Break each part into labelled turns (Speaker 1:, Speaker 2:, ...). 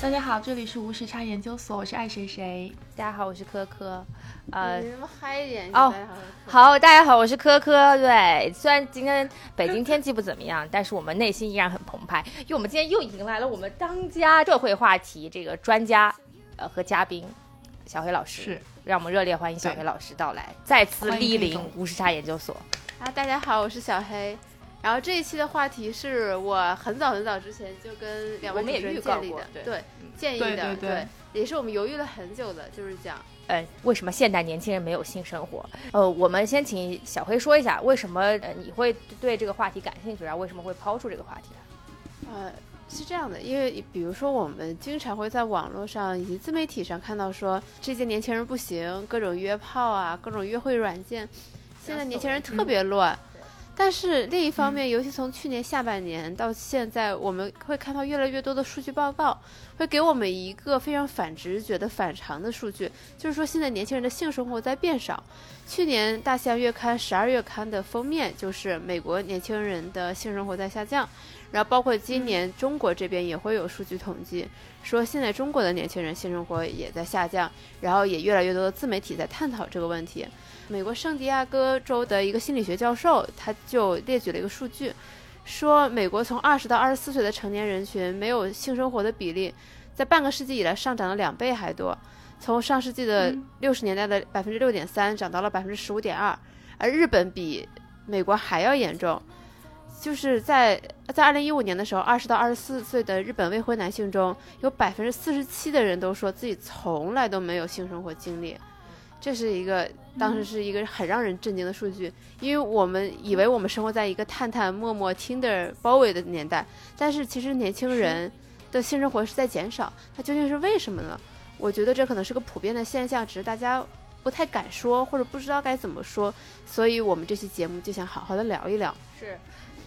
Speaker 1: 大家好，这里是无时差研究所，我是爱谁谁。
Speaker 2: 大家好，我是科科。呃
Speaker 1: 嗯
Speaker 3: 你，那么嗨一点
Speaker 2: 哦，
Speaker 3: 大家
Speaker 2: 好，大家好，我是科科。对，虽然今天北京天气不怎么样，但是我们内心依然很澎湃，因为我们今天又迎来了我们当家社会话题这个专家，呃和嘉宾小黑老师。
Speaker 1: 是，
Speaker 2: 让我们热烈欢迎小
Speaker 1: 对
Speaker 2: 黑老师到来，再次
Speaker 1: 欢迎
Speaker 2: 莅
Speaker 1: 听
Speaker 2: 临
Speaker 1: 众
Speaker 2: 无时差研究所。
Speaker 3: 好，啊，大家好，我是小黑。然后这一期的话题是我很早很早之前就跟两位
Speaker 2: 我们
Speaker 3: 主
Speaker 2: 也
Speaker 3: 持人
Speaker 2: 预告
Speaker 3: 建立
Speaker 2: 过
Speaker 3: 的，
Speaker 2: 对嗯
Speaker 3: 建议
Speaker 1: 对
Speaker 3: 的，
Speaker 1: 对对
Speaker 3: 也是我们犹豫了很久的，就是讲
Speaker 2: 呃，为什么现代年轻人没有性生活？呃，我们先请小黑说一下，为什么呃你会对这个话题感兴趣，然后为什么会抛出这个话题来？
Speaker 3: 呃，是这样的，因为比如说我们经常会在网络上以及自媒体上看到说这些年轻人不行，各种约炮啊，各种约会软件，现在年轻人特别乱。但是另一方面，尤其从去年下半年到现在，我们会看到越来越多的数据报告，会给我们一个非常反直觉的反常的数据，就是说现在年轻人的性生活在变少。去年《大象月刊》十二月刊的封面就是美国年轻人的性生活在下降，然后包括今年中国这边也会有数据统计，说现在中国的年轻人性生活也在下降，然后也越来越多的自媒体在探讨这个问题。美国圣地亚哥州的一个心理学教授，他就列举了一个数据，说美国从二十到二十四岁的成年人群没有性生活的比例，在半个世纪以来上涨了两倍还多，从上世纪的六十年代的百分之六点三涨到了百分之十五点二，而日本比美国还要严重。就是在在二零一五年的时候，二十到二十四岁的日本未婚男性中，有百分之四十七的人都说自己从来都没有性生活经历，这是一个当时是一个很让人震惊的数据，因为我们以为我们生活在一个探探、陌陌、Tinder 包围的年代，但是其实年轻人的性生活是在减少，它究竟是为什么呢？我觉得这可能是个普遍的现象，只是大家不太敢说或者不知道该怎么说，所以我们这期节目就想好好的聊一聊。
Speaker 2: 是，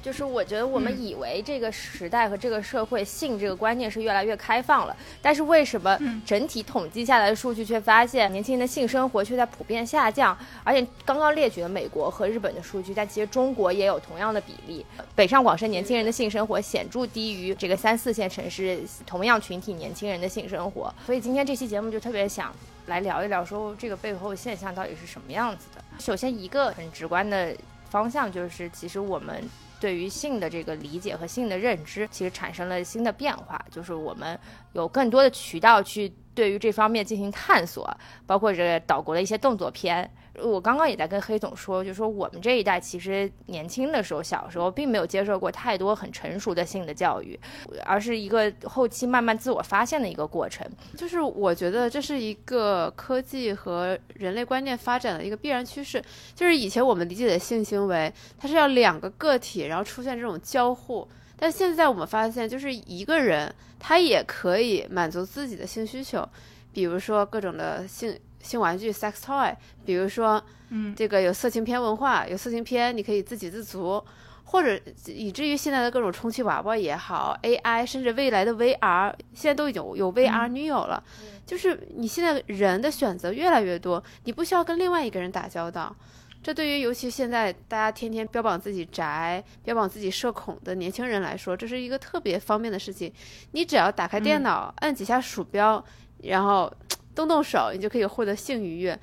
Speaker 2: 就是我觉得我们以为这个时代和这个社会性这个观念是越来越开放了，但是为什么
Speaker 1: 嗯
Speaker 2: 整体统计下来的数据却发现年轻人的性生活却在普遍下降？而且刚刚列举了美国和日本的数据，但其实中国也有同样的比例。北上广深年轻人的性生活显著低于这个三四线城市同样群体年轻人的性生活，所以今天这期节目就特别想来聊一聊，说这个背后现象到底是什么样子的。首先，一个很直观的方向就是，其实我们对于性的这个理解和性的认知，其实产生了新的变化，就是我们有更多的渠道去对于这方面进行探索，包括这个岛国的一些动作片。我刚刚也在跟黑总说，就说我们这一代其实年轻的时候，小时候并没有接受过太多很成熟的性的教育，而是一个后期慢慢自我发现的一个过程。
Speaker 3: 就是我觉得这是一个科技和人类观念发展的一个必然趋势。就是以前我们理解的性行为，它是要两个个体，然后出现这种交互。但现在我们发现，就是一个人他也可以满足自己的性需求，比如说各种的性性玩具 （sex toy），比如说
Speaker 1: 嗯，
Speaker 3: 这个有色情片文化，有色情片你可以自给自足，或者以至于现在的各种充气娃娃也好，AI，甚至未来的 VR，现在都已经有 VR 女友了，就是你现在人的选择越来越多，你不需要跟另外一个人打交道。这对于尤其现在大家天天标榜自己宅、标榜自己社恐的年轻人来说，这是一个特别方便的事情。你只要打开电脑，按几下鼠标，然后动动手，你就可以获得性愉悦。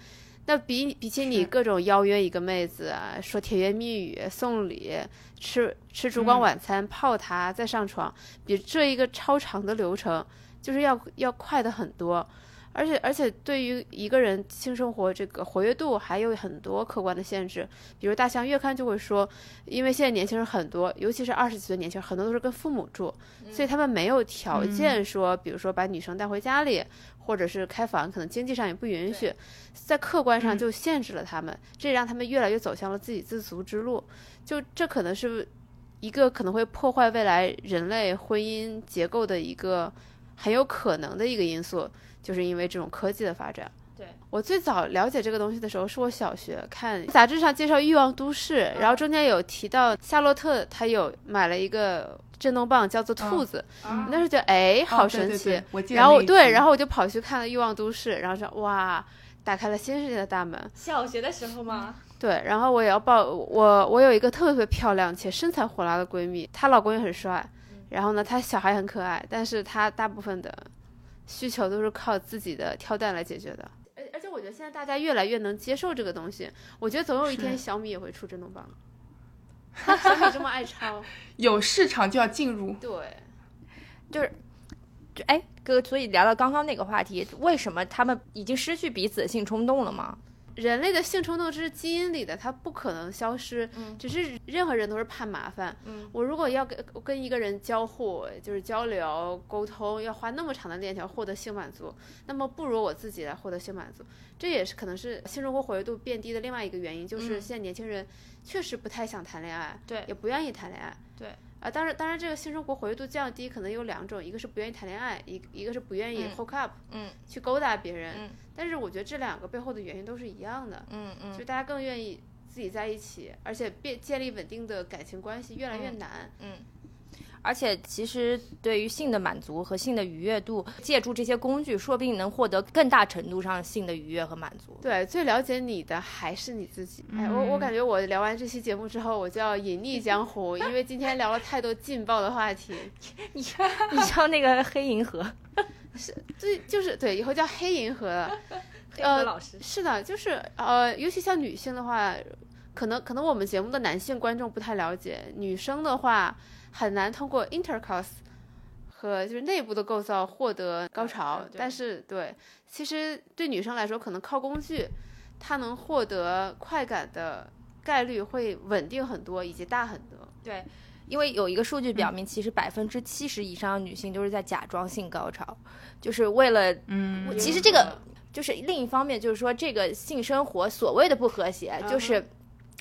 Speaker 3: 那比比起你
Speaker 1: 是
Speaker 3: 各种邀约一个妹子啊，说甜言蜜语、送礼、吃吃烛光
Speaker 1: 嗯
Speaker 3: 晚餐、泡她再上床，比这一个超长的流程，就是要要快的很多。而且而且对于一个人性生活这个活跃度还有很多客观的限制，比如《大象月刊》就会说，因为现在年轻人很多，尤其是二十几岁年轻人，很多都是跟父母住，所以他们没有条件说，比如说把女生带回家里，或者是开房，可能经济上也不允许，在客观上
Speaker 1: 嗯
Speaker 3: 就限制了他们，这让他们越来越走向了自给自足之路。就这可能是一个可能会破坏未来人类婚姻结构的一个很有可能的一个因素，就是因为这种科技的发展。
Speaker 2: 对
Speaker 3: 我最早了解这个东西的时候，是我小学看杂志上介绍《欲望都市》，
Speaker 1: 嗯
Speaker 3: 然后中间有提到夏洛特，她有买了一个震动棒，叫做兔子。
Speaker 2: 啊
Speaker 1: 嗯
Speaker 3: 那时候觉得哎，好
Speaker 1: 哦对
Speaker 3: 神
Speaker 1: 对
Speaker 3: 奇。
Speaker 1: 对我记得
Speaker 3: 然后
Speaker 1: 那
Speaker 3: 我
Speaker 1: 一
Speaker 3: 对，
Speaker 1: 集
Speaker 3: 然后我就跑去看了《欲望都市》，然后说哇，打开了新世界的大门。
Speaker 2: 小学的时候吗？
Speaker 3: 对，然后我也要抱我，我有一个特别特别漂亮且身材火嗯辣的闺蜜，她老公也很帅，然后呢，她小孩也很可爱，但是她大部分的需求都是靠自己的挑担来解决的。而而且我觉得现在大家越来越能接受这个东西，我觉得总有一天
Speaker 1: 是
Speaker 3: 小米也会出震动 棒。小米这么爱抄，
Speaker 1: 有市场就要进入。
Speaker 3: 对，
Speaker 2: 就哎哥，所以聊到刚刚那个话题，为什么他们已经失去彼此的性冲动了吗？
Speaker 3: 人类的性冲动这是基因里的，它不可能消失。
Speaker 2: 嗯
Speaker 3: 只是任何人都是怕麻烦。
Speaker 2: 嗯
Speaker 3: 我如果要跟跟一个人交互，就是交流沟通，要花那么长的链条获得性满足，那么不如我自己来获得性满足。这也是可能是性生活活跃度变低的另外一个原因，就是
Speaker 2: 嗯
Speaker 3: 现在年轻人确实不太想谈恋爱，
Speaker 2: 对
Speaker 3: 也不愿意谈恋爱，
Speaker 2: 对。
Speaker 3: 啊，当然，当然，这个性生活活跃度降低可能有两种，一个是不愿意谈恋爱，一一个是不愿意
Speaker 2: 嗯
Speaker 3: hook up，
Speaker 2: 嗯
Speaker 3: 去勾搭别人。
Speaker 2: 嗯
Speaker 3: 但是我觉得这两个背后的原因都是一样的，
Speaker 2: 嗯
Speaker 3: 就
Speaker 2: 嗯
Speaker 3: 大家更愿意自己在一起，而且变建立稳定的感情关系越来越
Speaker 2: 嗯
Speaker 3: 难。
Speaker 2: 嗯。而且，其实对于性的满足和性的愉悦度，借助这些工具，说不定能获得更大程度上性的愉悦和满足。
Speaker 3: 对，最了解你的还是你自己。哎，我
Speaker 2: 嗯
Speaker 3: 我感觉我聊完这期节目之后，我就要隐匿江湖，因为今天聊了太多劲爆的话题。
Speaker 2: 你你像那个黑银河，
Speaker 3: 对，就是对，以后叫黑银河了。
Speaker 2: 黑
Speaker 3: 呃
Speaker 2: 师，
Speaker 3: 是的，就是呃，尤其像女性的话，可能可能我们节目的男性观众不太了解，女生的话很难通过 intercourse 和就是内部的构造获得高潮
Speaker 2: 嗯。对
Speaker 3: 但是对，其实对女生来说，可能靠工具，她能获得快感的概率会稳定很多，以及大很多。
Speaker 2: 对，因为有一个数据表明，其实百分之七十以上的女性都是在假装性高潮，就是为了
Speaker 1: 嗯
Speaker 2: 我，其实这个就是另一方面，就是说这个性生活所谓的不和谐，
Speaker 3: 哼
Speaker 2: 就是。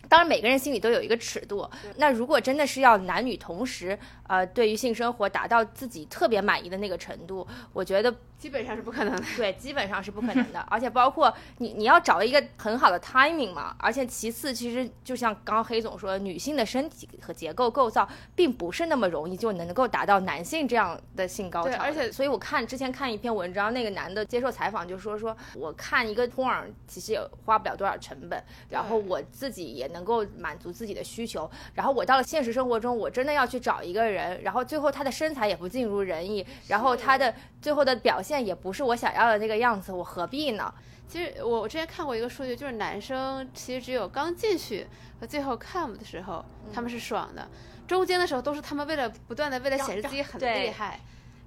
Speaker 2: 当然，每个人心里都有一个尺度。那如果真的是要男女同时，呃，对于性生活达到自己特别满意的那个程度，我觉得
Speaker 3: 基本上是不可能的。
Speaker 2: 对，基本上是不可能的。而且包括你，你要找一个很好的 timing 嘛。而且其次，其实就像刚刚黑总说的，女性的身体和结构构造并不是那么容易就能够达到男性这样的性高潮
Speaker 3: 对
Speaker 2: 的。
Speaker 3: 而且
Speaker 2: 所以我看之前看一篇文章，那个男的接受采访就说说，我看一个 porn 其实也花不了多少成本，然后我自己也能够满足自己的需求。然后我到了现实生活中，我真的要去找一个人，然后最后他的身材也不尽如人意，然后他的最后的表现也不是我想要的那个样子，我何必呢？
Speaker 3: 其实我我之前看过一个数据，就是男生其实只有刚进去和最后 come 的时候，
Speaker 2: 嗯
Speaker 3: 他们是爽的，中间的时候都是他们为了不断的为了显示自己很
Speaker 2: 对
Speaker 3: 厉害，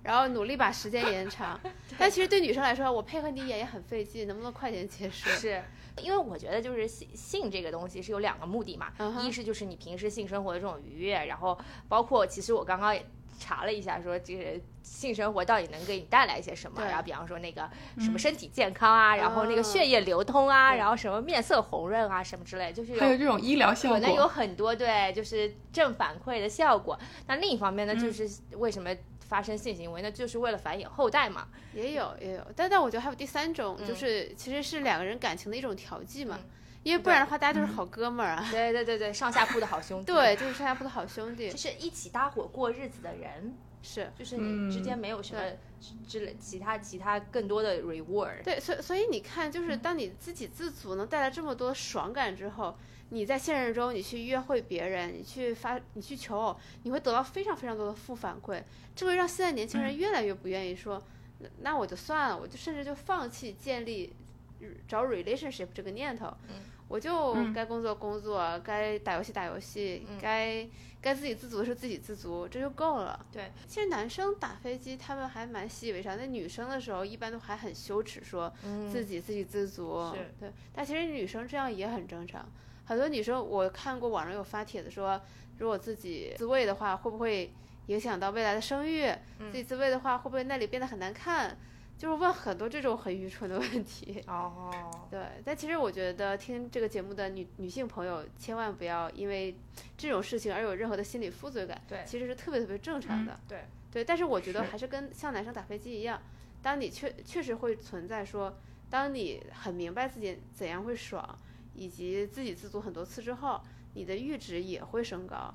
Speaker 3: 然后努力把时间 延长。 但其实对女生来说，我配合你演也很费劲，能不能快点结束？
Speaker 2: 是。因为我觉得就是性性这个东西是有两个目的嘛
Speaker 3: 嗯哼
Speaker 2: 一是就是你平时性生活的这种愉悦，然后包括其实我刚刚也查了一下，说这个性生活到底能给你带来一些什么，
Speaker 3: 对
Speaker 2: 然后比方说那个什么身体健康啊，然后那个
Speaker 3: 嗯
Speaker 2: 血液流通啊，
Speaker 3: 对
Speaker 2: 然后什么面色红润啊，什么之类的，就是有
Speaker 1: 还有这种医疗效
Speaker 2: 可能有
Speaker 1: 果，
Speaker 2: 很多对，就是正反馈的效果。那另一方面呢，
Speaker 3: 嗯
Speaker 2: 就是为什么发生性行为呢？就是为了繁衍后代嘛。
Speaker 3: 也有也有，但但我觉得还有第三种，
Speaker 2: 嗯
Speaker 3: 就是其实是两个人感情的一种调剂嘛，
Speaker 2: 嗯
Speaker 3: 因为不然的话大家就是好哥们儿啊，
Speaker 2: 对对对对，上下铺的好兄弟，
Speaker 3: 对，，就是上下铺的好兄弟
Speaker 2: 就，是一起搭伙过日子的人，
Speaker 3: 是。
Speaker 2: 就是你之间没有什么
Speaker 3: 嗯对
Speaker 2: 之之类其他其他更多的 reward。
Speaker 3: 对，所以所以你看，就是
Speaker 2: 嗯
Speaker 3: 当你自给自足能带来这么多爽感之后，你在现实中你去约会别人，你去发，你去求偶，你会得到非常非常多的负反馈，这会让现在年轻
Speaker 2: 嗯
Speaker 3: 人越来越不愿意说，那那我就算了，我就甚至就放弃建立嗯找 relationship 这个念头，
Speaker 2: 嗯
Speaker 3: 我就
Speaker 1: 嗯
Speaker 3: 该工作工作，该打游戏打游戏，
Speaker 2: 嗯
Speaker 3: 该该自给自足是自给自足，这就够了。
Speaker 2: 对，
Speaker 3: 其实男生打飞机他们还蛮习以为常，那女生的时候一般都还很羞耻说。
Speaker 2: 嗯
Speaker 3: 自己自给自足，
Speaker 2: 是
Speaker 3: 对。但其实女生这样也很正常。很多女生，我看过网上有发帖子说，如果自己自慰的话，会不会影响到未来的生育？
Speaker 2: 嗯
Speaker 3: 自己自慰的话，会不会那里变得很难看？就是问很多这种很愚蠢的问题。
Speaker 2: 哦，
Speaker 3: 对，但其实我觉得听这个节目的女女性朋友，千万不要因为这种事情而有任何的心理负罪感，
Speaker 2: 对
Speaker 3: 其实是特别特别正常的。
Speaker 2: 对
Speaker 3: 对，但是我觉得
Speaker 1: 嗯是
Speaker 3: 还是跟像男生打飞机一样，当你确确实会存在说，当你很明白自己怎样会爽，以及自己自足很多次之后，你的阈值也会升高。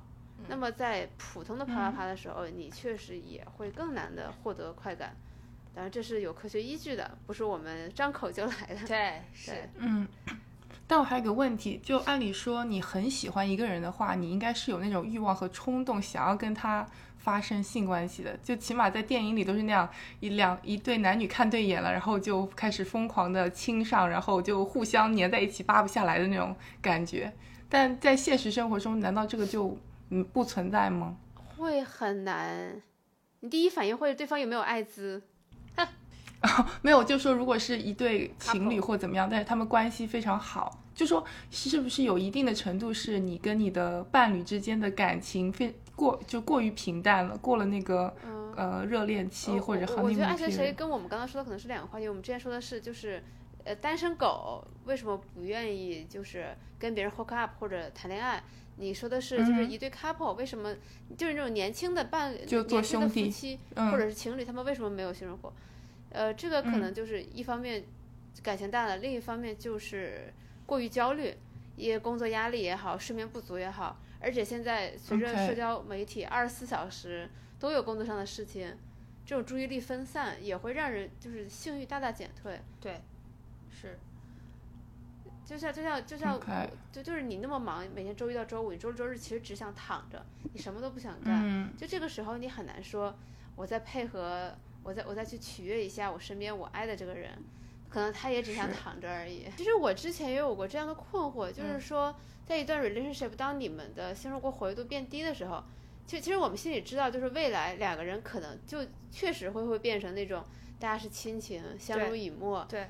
Speaker 3: 那
Speaker 2: 嗯
Speaker 3: 么在普通的啪啪
Speaker 1: 嗯
Speaker 3: 啪的时候，你确实也会更难的获得快感。当然，这是有科学依据的，不是我们张口就来的。
Speaker 2: 对是
Speaker 3: 对。
Speaker 1: 嗯，但我还有个问题，就按理说你很喜欢一个人的话，你应该是有那种欲望和冲动，想要跟他发生性关系的。就起码在电影里都是那样，一两一对男女看对眼了，然后就开始疯狂的亲上，然后就互相粘在一起扒不下来的那种感觉。但在现实生活中，难道这个就嗯不存在吗？
Speaker 3: 会很难。你第一反应会对方有没有艾滋？
Speaker 1: 没有，就说如果是一对情侣或怎么样，但是他们关系非常好，就说是不是有一定的程度是你跟你的伴侣之间的感情非过就过于平淡了，过了那个
Speaker 3: 嗯，
Speaker 1: 呃热恋期
Speaker 3: 呃
Speaker 1: 或者
Speaker 3: 我我
Speaker 1: honeymoon
Speaker 3: 觉得爱谁
Speaker 1: period
Speaker 3: 谁跟我们刚刚说的可能是两个话题。我们之前说的是就是，呃，单身狗为什么不愿意就是跟别人 hook up 或者谈恋爱？你说的是就是
Speaker 1: 嗯
Speaker 3: 一对 couple 为什么就是那种年轻的伴侣
Speaker 1: 就做
Speaker 3: 年轻的
Speaker 1: 兄弟
Speaker 3: 夫妻或
Speaker 1: 嗯
Speaker 3: 者是情侣，他们为什么没有性生活？呃，这个可能就是一方面感情淡了，另一方面就是过于焦虑，也工作压力也好，睡眠不足也好，而且现在随着
Speaker 1: OK
Speaker 3: 社交媒体二十四小时都有工作上的事情，这种注意力分散也会让人就是性欲大大减退。
Speaker 2: 是，
Speaker 3: 就像就像就像
Speaker 1: OK
Speaker 3: 就就是你那么忙，每天周一到周五，你周六周日其实只想躺着，你什么都不想干。
Speaker 1: 嗯
Speaker 3: 就这个时候，你很难说，我再配合，我再我再去取悦一下我身边我爱的这个人，可能他也只想
Speaker 1: 是
Speaker 3: 躺着而已。其实我之前也有过这样的困惑，就是
Speaker 1: 嗯
Speaker 3: 说，在一段 relationship，当你们的性生活活跃度变低的时候，其实其实我们心里知道，就是未来两个人可能就确实会会变成那种大家是亲情，相
Speaker 2: 对
Speaker 3: 濡以沫，
Speaker 2: 对，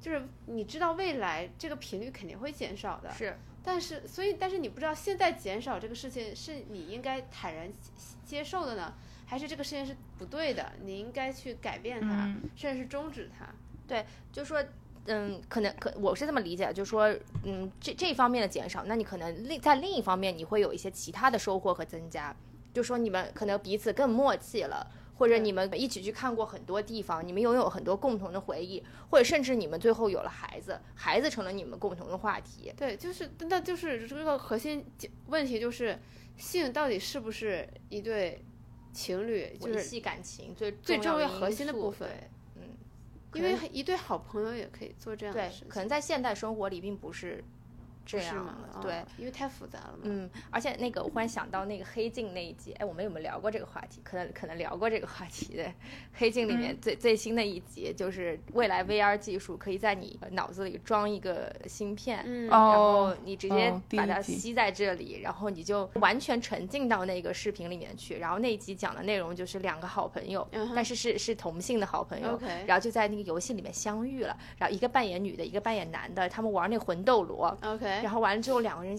Speaker 3: 就是你知道未来这个频率肯定会减少的，
Speaker 2: 是
Speaker 3: 但是，所以，但是你不知道现在减少这个事情是你应该坦然接受的呢，还是这个事情是不对的？你应该去改变它，
Speaker 1: 嗯
Speaker 3: 甚至是终止它。
Speaker 2: 就说。嗯，可能可我是这么理解，就说，嗯，这这方面的减少，那你可能另在另一方面你会有一些其他的收获和增加，就说你们可能彼此更默契了，或者
Speaker 3: 对
Speaker 2: 你们一起去看过很多地方，你们拥有很多共同的回忆，或者甚至你们最后有了孩子，孩子成了你们共同的话题。
Speaker 3: 对，就是，那就是这个核心解问题就是，性到底是不是一对情侣，就
Speaker 2: 维
Speaker 3: 是
Speaker 2: 系感情最
Speaker 3: 最
Speaker 2: 重
Speaker 3: 重
Speaker 2: 要
Speaker 3: 要
Speaker 2: 因
Speaker 3: 核心的
Speaker 2: 素
Speaker 3: 部分。
Speaker 2: 可
Speaker 3: 因
Speaker 2: 能
Speaker 3: 为一对好朋友也可以做这样
Speaker 2: 对
Speaker 3: 的事，情，
Speaker 2: 可能在现代生活里并不是这
Speaker 3: 是
Speaker 2: 样
Speaker 3: 吗？
Speaker 2: 的
Speaker 3: 哦
Speaker 2: 对，
Speaker 3: 因为太复杂了嘛。
Speaker 2: 嗯，而且那个我忽然想到那个黑镜那一集，哎，我们有没有聊过这个话题？可能可能聊过这个话题对，黑镜里
Speaker 3: 嗯
Speaker 2: 面最、最新的一集就是未来 VR 技术可以在你脑子里装一个芯片。
Speaker 3: 嗯
Speaker 1: 哦
Speaker 2: 然后你直接
Speaker 1: 哦第
Speaker 2: 把
Speaker 1: 一
Speaker 2: 它
Speaker 1: 集
Speaker 2: 吸在这里，然后你就完全沉浸到那个视频里面去。然后那一集讲的内容就是两个好朋友，
Speaker 3: 嗯哼
Speaker 2: 但是是是同性的好朋友
Speaker 3: OK
Speaker 2: 然后就在那个游戏里面相遇了。然后一个扮演女的，一个扮演男的，他们玩那个魂斗罗，
Speaker 3: ，OK，
Speaker 2: 然后完了之后，两个人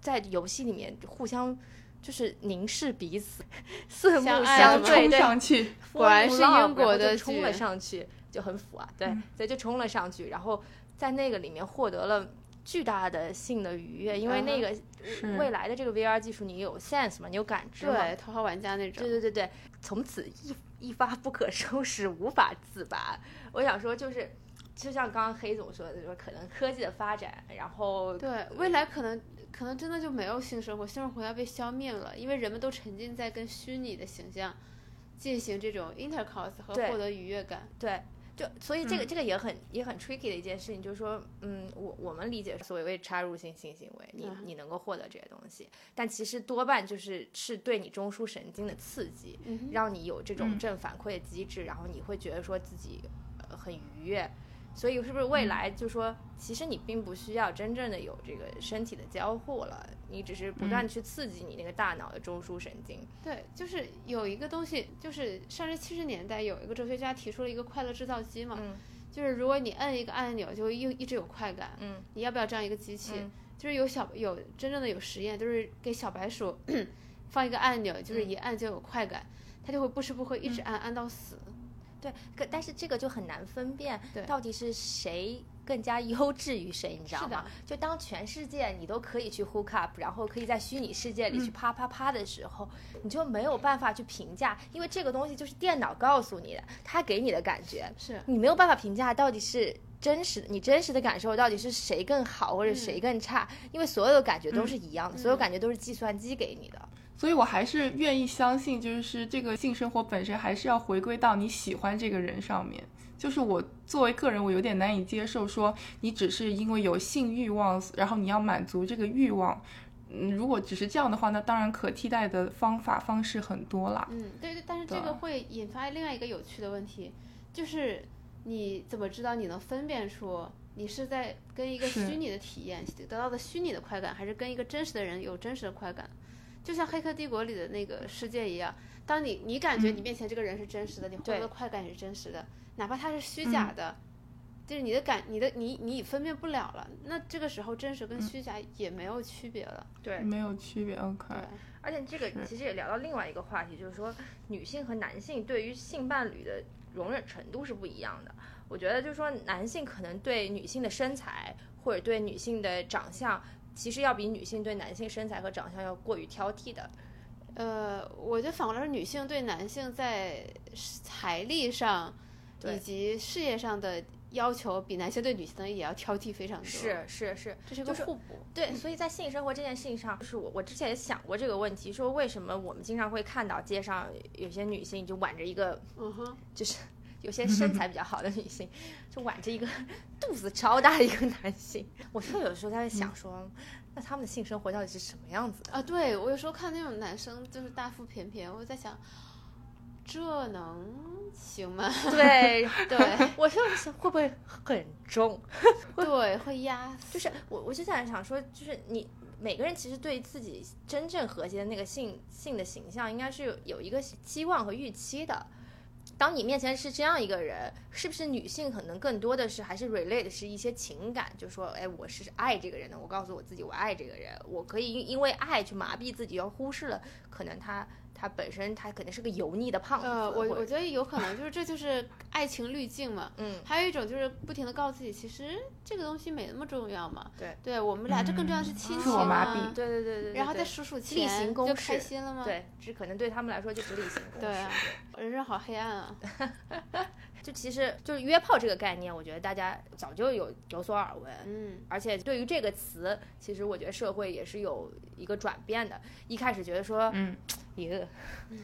Speaker 2: 在游戏里面互相就是凝视彼此， 四目
Speaker 3: 相爱
Speaker 2: 相
Speaker 3: 了
Speaker 2: 对，
Speaker 1: 冲
Speaker 2: 对，
Speaker 1: 上去，
Speaker 3: 果然是
Speaker 2: fall in love，
Speaker 3: 英国
Speaker 2: 然后就
Speaker 3: 的
Speaker 2: 冲了
Speaker 3: 剧
Speaker 2: 上去，就很腐啊，对
Speaker 1: 嗯，
Speaker 2: 所以就冲了上去，然后在那个里面获得了。巨大的性的愉悦，因为那个
Speaker 1: 是
Speaker 2: 未来的这个 VR 技术，你有 sense 嘛，你有感知嘛，
Speaker 3: 对，头号玩家那种
Speaker 2: 对。对对对，从此一一发不可收拾，无法自拔。我想说，就是就像刚刚黑总说的，就是可能科技的发展，然后
Speaker 3: 对，未来可能可能真的就没有性生活，性生活要被消灭了，因为人们都沉浸在跟虚拟的形象进行这种 intercourse 和
Speaker 2: 对
Speaker 3: 获得愉悦感。
Speaker 2: 对，就所以这个、
Speaker 1: 嗯
Speaker 2: 这个也很也很 tricky 的一件事情，就是说，嗯，我我们理解所谓插入性性行为，你
Speaker 3: 嗯
Speaker 2: 你能够获得这些东西，但其实多半就是是对你中枢神经的刺激，
Speaker 3: 嗯哼，
Speaker 2: 让你有这种
Speaker 1: 嗯
Speaker 2: 正反馈的机制，然后你会觉得说自己、呃、很愉悦。所以是不是未来就说，其实你并不需要真正的有这个身体的交互了，你只是不断地去刺激你那个大脑的中枢神经。
Speaker 3: 对，就是有一个东西，就是上世七十年代有一个哲学家提出了一个快乐制造机嘛，
Speaker 2: 嗯
Speaker 3: 就是如果你摁一个按钮，就一一直有快感。
Speaker 2: 嗯
Speaker 3: 你要不要这样一个机器？
Speaker 2: 嗯
Speaker 3: 就是有小有真正的有实验，就是给小 白鼠放一个按钮，就是
Speaker 2: 嗯
Speaker 3: 一按就有快感，它就会不吃不喝一直按、按到死。
Speaker 2: 对，可但是这个就很难分辨
Speaker 3: 对
Speaker 2: 到底是谁更加优质于谁，你知道
Speaker 3: 是的
Speaker 2: 吗？就当全世界你都可以去 hook up，然后可以在虚拟世界里
Speaker 3: 嗯
Speaker 2: 去啪啪啪的时候，你就没有办法去评价，因为这个东西就是电脑告诉你的，它给你的感觉，
Speaker 3: 是，
Speaker 2: 你没有办法评价到底是。真实的，你真实的感受到底是谁更好，或
Speaker 3: 嗯
Speaker 2: 者谁更差？因为所有的感觉都是一样的，所有感觉都是计算机给你的。
Speaker 1: 所以我还是愿意相信，就是这个性生活本身还是要回归到你喜欢这个人上面。就是我作为个人，我有点难以接受，说你只是因为有性欲望，然后你要满足这个欲望。嗯，如果只是这样的话，那当然可替代的方法方式很多啦。
Speaker 3: 嗯，对对，但是这
Speaker 1: 对啊
Speaker 3: 个会引发另外一个有趣的问题，就是你怎么知道你能分辨出你是在跟一个
Speaker 1: 是
Speaker 3: 虚拟的体验得到的虚拟的快感，还是跟一个真实的人有真实的快感？就像《黑客帝国》里的那个世界一样，当你你感觉
Speaker 1: 嗯
Speaker 3: 你面前这个人是真实的，你获得
Speaker 2: 对
Speaker 3: 的快感也是真实的，哪怕他是
Speaker 1: 嗯
Speaker 3: 虚假的，就是你的感、你的你你已分辨不了了。那这个时候真
Speaker 1: 嗯
Speaker 3: 实跟虚假也没有区别了。
Speaker 2: 对
Speaker 1: 没有区别，OK，
Speaker 3: 对
Speaker 2: 而且这个
Speaker 1: 是
Speaker 2: 其实也聊到另外一个话题，就是说女性和男性对于性伴侣的容忍程度是不一样的。我觉得就是说，男性可能对女性的身材或者对女性的长相，其实要比女性对男性身材和长相要过于挑剔的。
Speaker 3: 呃，我觉得反过来说，女性对男性在是财力上
Speaker 2: 对
Speaker 3: 以及事业上的要求，比男性对女性的也要挑剔非常多。，
Speaker 2: 是是是，
Speaker 3: 这是一个
Speaker 2: 就是
Speaker 3: 互补。
Speaker 2: 对，所以在性生活这件事情上，就是我我之前也想过这个问题，说为什么我们经常会看到街上有些女性就挽着一个
Speaker 3: 嗯哼，
Speaker 2: 就是有些身材比较好的女性，就挽着一个肚子超大的一个男性， 嗯我就有时候在那想说，那他们的性生活到底是什么样子的？
Speaker 3: 啊，对我有时候看那种男生就是大腹便便，我在想，这能行吗？
Speaker 2: 对，
Speaker 3: 对
Speaker 2: 我就想会不会很重？
Speaker 3: 对，会压死。
Speaker 2: 就是我我就在想说，就是你每个人其实对自己真正和谐的那个性性的形象，应该是有有一个期望和预期的。当你面前是这样一个人，是不是女性可能更多的是还是 relate 是一些情感，就说，哎，我是爱这个人的，我告诉我自己我爱这个人，我可以因因为爱去麻痹自己，而忽视了可能他他本身他可能是个油腻的胖子，
Speaker 3: 呃，我
Speaker 2: 或者
Speaker 3: 我觉得有可能就是这就是爱情滤镜嘛。
Speaker 2: 嗯，
Speaker 3: 还有一种就是不停的告诉自己，其实这个东西没那么重要嘛。
Speaker 2: 对，
Speaker 3: 对我们俩这更重要的是亲
Speaker 1: 嗯自
Speaker 3: 情
Speaker 1: 我麻
Speaker 3: 啊
Speaker 1: 痹
Speaker 2: 对对对对对，
Speaker 3: 然后
Speaker 2: 对
Speaker 3: 再数数
Speaker 2: 例行
Speaker 3: 钱
Speaker 2: 公
Speaker 3: 就
Speaker 2: 事
Speaker 3: 开心了吗？，
Speaker 2: 对，只可能对他们来说就是例行公事。
Speaker 3: 对啊人生好黑暗啊！
Speaker 2: 就其实就是约炮这个概念，我觉得大家早就有有所耳闻。
Speaker 3: 嗯，
Speaker 2: 而且对于这个词，其实我觉得社会也是有一个转变的。一开始觉得说，
Speaker 1: 嗯，
Speaker 2: 耶，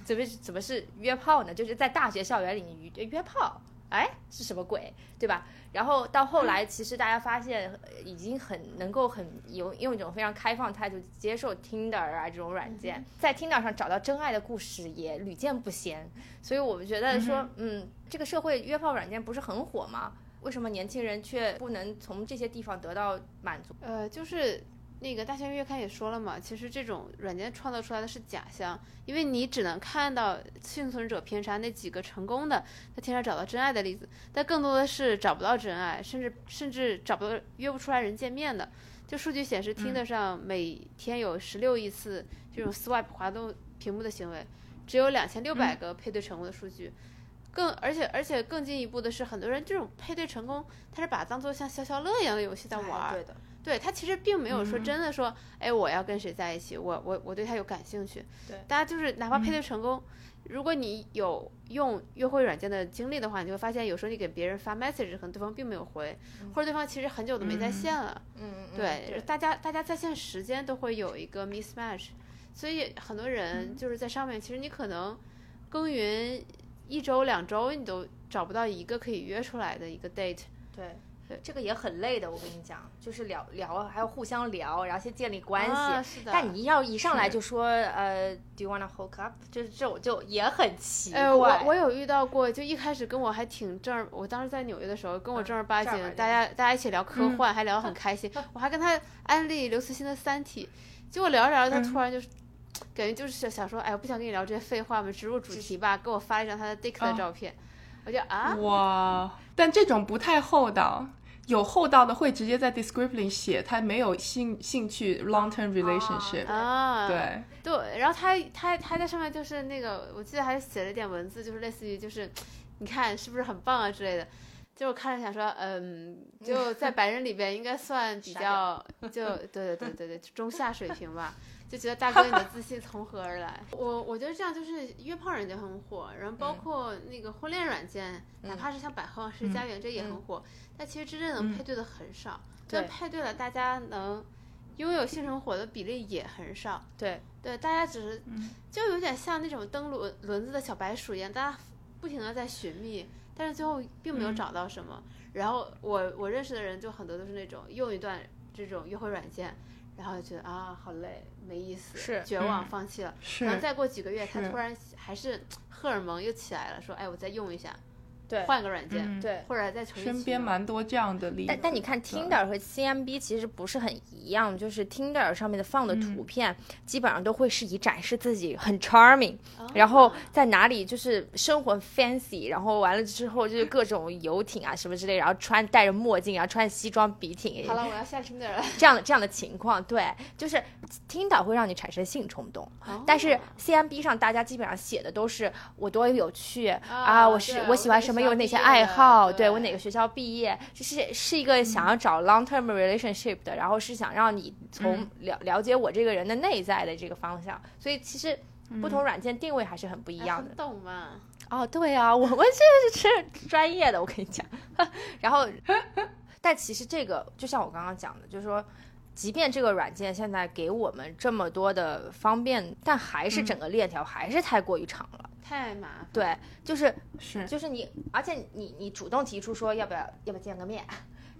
Speaker 2: 怎么怎么是约炮呢？就是在大学校园里你约约炮，哎，是什么鬼，对吧？然后到后来，其实大家发现呃已经很能够很有用一种非常开放态度接受 Tinder 啊这种软件，在 Tinder 上找到真爱的故事也屡见不鲜。所以我们觉得说，嗯，这个社会约炮软件不是很火吗？为什么年轻人却不能从这些地方得到满足？
Speaker 3: 呃，就是那个《大学月刊》也说了嘛，其实这种软件创造出来的是假象，因为你只能看到幸存者偏差那几个成功的在天上找到真爱的例子，但更多的是找不到真爱，甚至甚至找不到约不出来人见面的。就数据显示，听得上每天有十六亿次这种 swipe 滑动屏幕的行为，只有两千六百个配对成功的数据。更而且而且更进一步的是，很多人这种配对成功，他是把它当做像消消乐一样的游戏在玩儿。
Speaker 2: 对的，
Speaker 3: 哎对他其实并没有说
Speaker 1: 嗯
Speaker 3: 真的说，哎，我要跟谁在一起，我我我对他有感兴趣。
Speaker 2: 对嗯
Speaker 3: 大家就是哪怕配对成功，如果你有用约会软件的经历的话，你就会发现有时候你给别人发 message，可能对方并没有回，或者对方其实很久都没在线了。
Speaker 2: 嗯，嗯
Speaker 3: 对，
Speaker 2: 对
Speaker 3: 大家大家在线时间都会有一个 mismatch，所以很多
Speaker 2: 嗯
Speaker 3: 人就是在上面，其实你可能耕耘一周两周，你都找不到一个可以约出来的一个 date。
Speaker 2: 对
Speaker 3: 对
Speaker 2: 这个也很累的。我跟你讲，就是聊聊，还要互相聊，然后先建立关系。
Speaker 3: 啊是的。
Speaker 2: 但你要一上来
Speaker 1: 是
Speaker 2: 就说呃，Do you wanna hook up？就是这种就也很奇怪。
Speaker 3: 哎，我我有遇到过，就一开始跟我还挺正儿，我当时在纽约的时候，跟我
Speaker 2: 嗯
Speaker 3: 正儿八
Speaker 2: 正
Speaker 3: 经
Speaker 2: 儿八，经嗯
Speaker 3: 大家大家一起聊科幻，还聊得很开心。我还跟他安利刘慈欣的《三体》，结果聊着聊着，他
Speaker 1: 嗯
Speaker 3: 突然就是。感觉就是想说，哎，我不想跟你聊这些废话，我们直入主题吧。给我发一张他的 dick
Speaker 2: 啊
Speaker 3: 的
Speaker 1: 哦
Speaker 3: 照片，我就啊，
Speaker 1: 哇，但这种不太厚道。有厚道的会直接在 description 里写他没有兴兴趣 long term relationship，、
Speaker 3: 啊，
Speaker 1: 对，
Speaker 3: 对，然后他他他在上面就是那个，我记得还写了点文字，就是类似于就是，你看是不是很棒啊之类的。就我看着想说，嗯，就在白人里边应该算比较，就对对对对对，就中下水平吧。就觉得大哥你的自信从何而来？ 我我觉得这样就是约炮软件很火，然后包
Speaker 2: 嗯
Speaker 3: 括那个婚恋软件，哪
Speaker 2: 嗯
Speaker 3: 怕是像百合网是家园这也很
Speaker 2: 嗯
Speaker 3: 火，但其实真正能
Speaker 1: 嗯
Speaker 3: 配对的很少。
Speaker 2: 对
Speaker 3: 那配对了，大家能拥有性生活的比例也很少。
Speaker 2: 对
Speaker 3: 对，大家只是
Speaker 1: 嗯
Speaker 3: 就有点像那种蹬轮轮子的小白鼠一样，大家不停的在寻觅，但是最后并
Speaker 1: 嗯
Speaker 3: 没有找到什么。然后我我认识的人就很多都是那种用一段这种约会软件，然后就觉得啊好累，没意思，
Speaker 2: 是
Speaker 3: 绝望，
Speaker 1: 嗯
Speaker 3: 放弃了。可能
Speaker 1: 是
Speaker 3: 再过几个月，他
Speaker 1: 是
Speaker 3: 突然还是荷尔蒙又起来了，说哎我再用一下，
Speaker 2: 对
Speaker 3: 换个软件，
Speaker 1: 嗯，
Speaker 2: 对。
Speaker 3: 或者再重新
Speaker 1: 身
Speaker 3: 启
Speaker 1: 边
Speaker 3: 用
Speaker 1: 蛮多这样的例子
Speaker 2: 但。但你
Speaker 3: 嗯
Speaker 2: 看 Tinder 和 CMB 其实不是很一样，就是 Tinder 上面的放的
Speaker 3: 嗯
Speaker 2: 图片、基本上都会是以展示自己很 charming，、
Speaker 3: 哦
Speaker 2: 然后在哪里就是生活 fancy，然后完了之后就是各种游艇啊什么之类，然后穿戴着墨镜，然后啊穿西装笔挺，
Speaker 3: 好了，我要下 Tinder 了。
Speaker 2: 这样的这样的情况，对，就是听到会让你产生性冲动，
Speaker 3: 哦
Speaker 2: 但是 CMB 上大家基本上写的都是我多有趣啊我是
Speaker 3: 对
Speaker 2: 我喜欢什么，
Speaker 3: 我
Speaker 2: 有
Speaker 3: 哪
Speaker 2: 哪
Speaker 3: 个
Speaker 2: 些
Speaker 3: 学校
Speaker 2: 爱好，
Speaker 3: 毕业的嗯
Speaker 2: 我哪个学校毕业，就是是一个想要找 long term relationship 的，然后是想让你从
Speaker 1: 嗯
Speaker 2: 了了解我这个人的内在的这个方向，所以其实。不
Speaker 3: 嗯
Speaker 2: 同软件定位还是很不一
Speaker 3: 一
Speaker 2: 样的、
Speaker 3: 哎动漫，
Speaker 2: 哦，对啊，我们这是是 专业的，我跟你讲。然后，但其实这个就像我刚刚讲的，就是说，即便这个软件现在给我们这么多的方便，但还是整个链条还是太过于长了。
Speaker 3: 太麻烦。
Speaker 2: 对，就是
Speaker 1: 是
Speaker 2: 就是你，而且你你主动提出说要不要要不要见个面，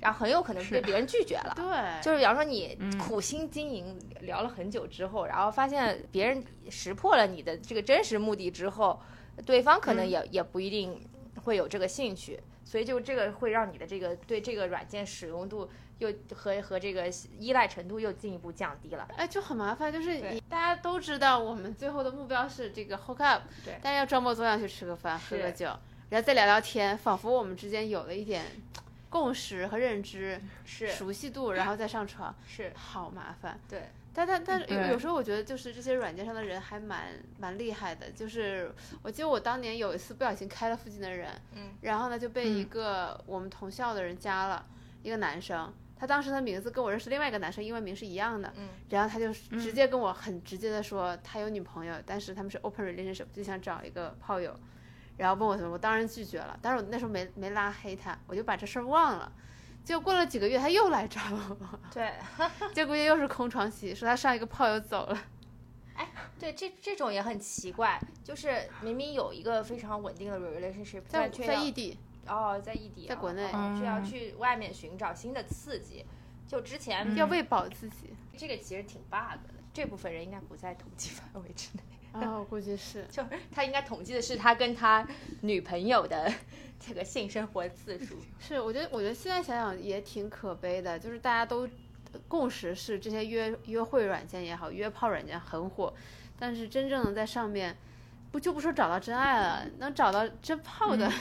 Speaker 2: 然后很有可能被
Speaker 1: 是
Speaker 2: 别人拒绝了。
Speaker 3: 对，
Speaker 2: 就是比方说你
Speaker 1: 嗯
Speaker 2: 苦心经营聊了很久之后，然后发现别人识破了你的这个真实目的之后，对方可能
Speaker 3: 嗯
Speaker 2: 也、也不一定会有这个兴趣，所以就这个会让你的这个对这个软件使用度又和和这个依赖程度又进一步降低了。
Speaker 3: 哎，就很麻烦，就是
Speaker 2: 对
Speaker 3: 你大家都知道，我们最后的目标是这个 hook up，
Speaker 2: 对
Speaker 3: 大家要装模作样去吃个饭，喝个酒，然后再聊聊天，仿佛我们之间有了一点共识和认知、
Speaker 2: 是
Speaker 3: 熟悉度，然后再上床，
Speaker 2: 是，
Speaker 3: 好麻烦。
Speaker 2: 对，嗯
Speaker 3: 但但但有
Speaker 1: 对
Speaker 3: 有时候我觉得，就是这些软件上的人还蛮蛮厉害的。就是我记得我当年有一次不小心开了附近的人，
Speaker 2: 嗯，
Speaker 3: 然后呢就被
Speaker 1: 嗯
Speaker 3: 一个我们同校的人加了，一个男生，他当时的名字跟我认识另外一个男生英文名是一样的，
Speaker 2: 嗯，
Speaker 3: 然后他就直接跟我很直接的说他有女朋友，但是他们是 open relationship，就想找一个炮友，然后问我怎么，我当然拒绝了，但是我那时候没没拉黑他，我就把这事儿忘了。结果过了几个月，他又来找我，
Speaker 2: 对，
Speaker 3: 结果又是空窗期，说他上一个炮友走了。
Speaker 2: 对，这这种也很奇怪，就是明明有一个非常稳定的 relationship，
Speaker 3: 在
Speaker 2: 但却
Speaker 3: 在
Speaker 2: 要
Speaker 3: 异地，
Speaker 2: 哦，在异地啊，
Speaker 3: 在国内
Speaker 2: 哦就要
Speaker 1: 嗯
Speaker 2: 去外面寻找新的刺激。就之前
Speaker 1: 嗯
Speaker 3: 要喂饱自己。
Speaker 2: 这个其实挺 bug 的，这部分人应该不在统计范围之内。
Speaker 3: 啊，我估计是。
Speaker 2: 就他应该统计的是他跟他女朋友的 这个性生活次数。
Speaker 3: 是，我觉得，我觉得现在想想也挺可悲的，就是大家都共识是这些约约会软件也好，约炮软件很火，但是真正能在上面，不就不说找到真爱了，能找到真炮的
Speaker 2: 嗯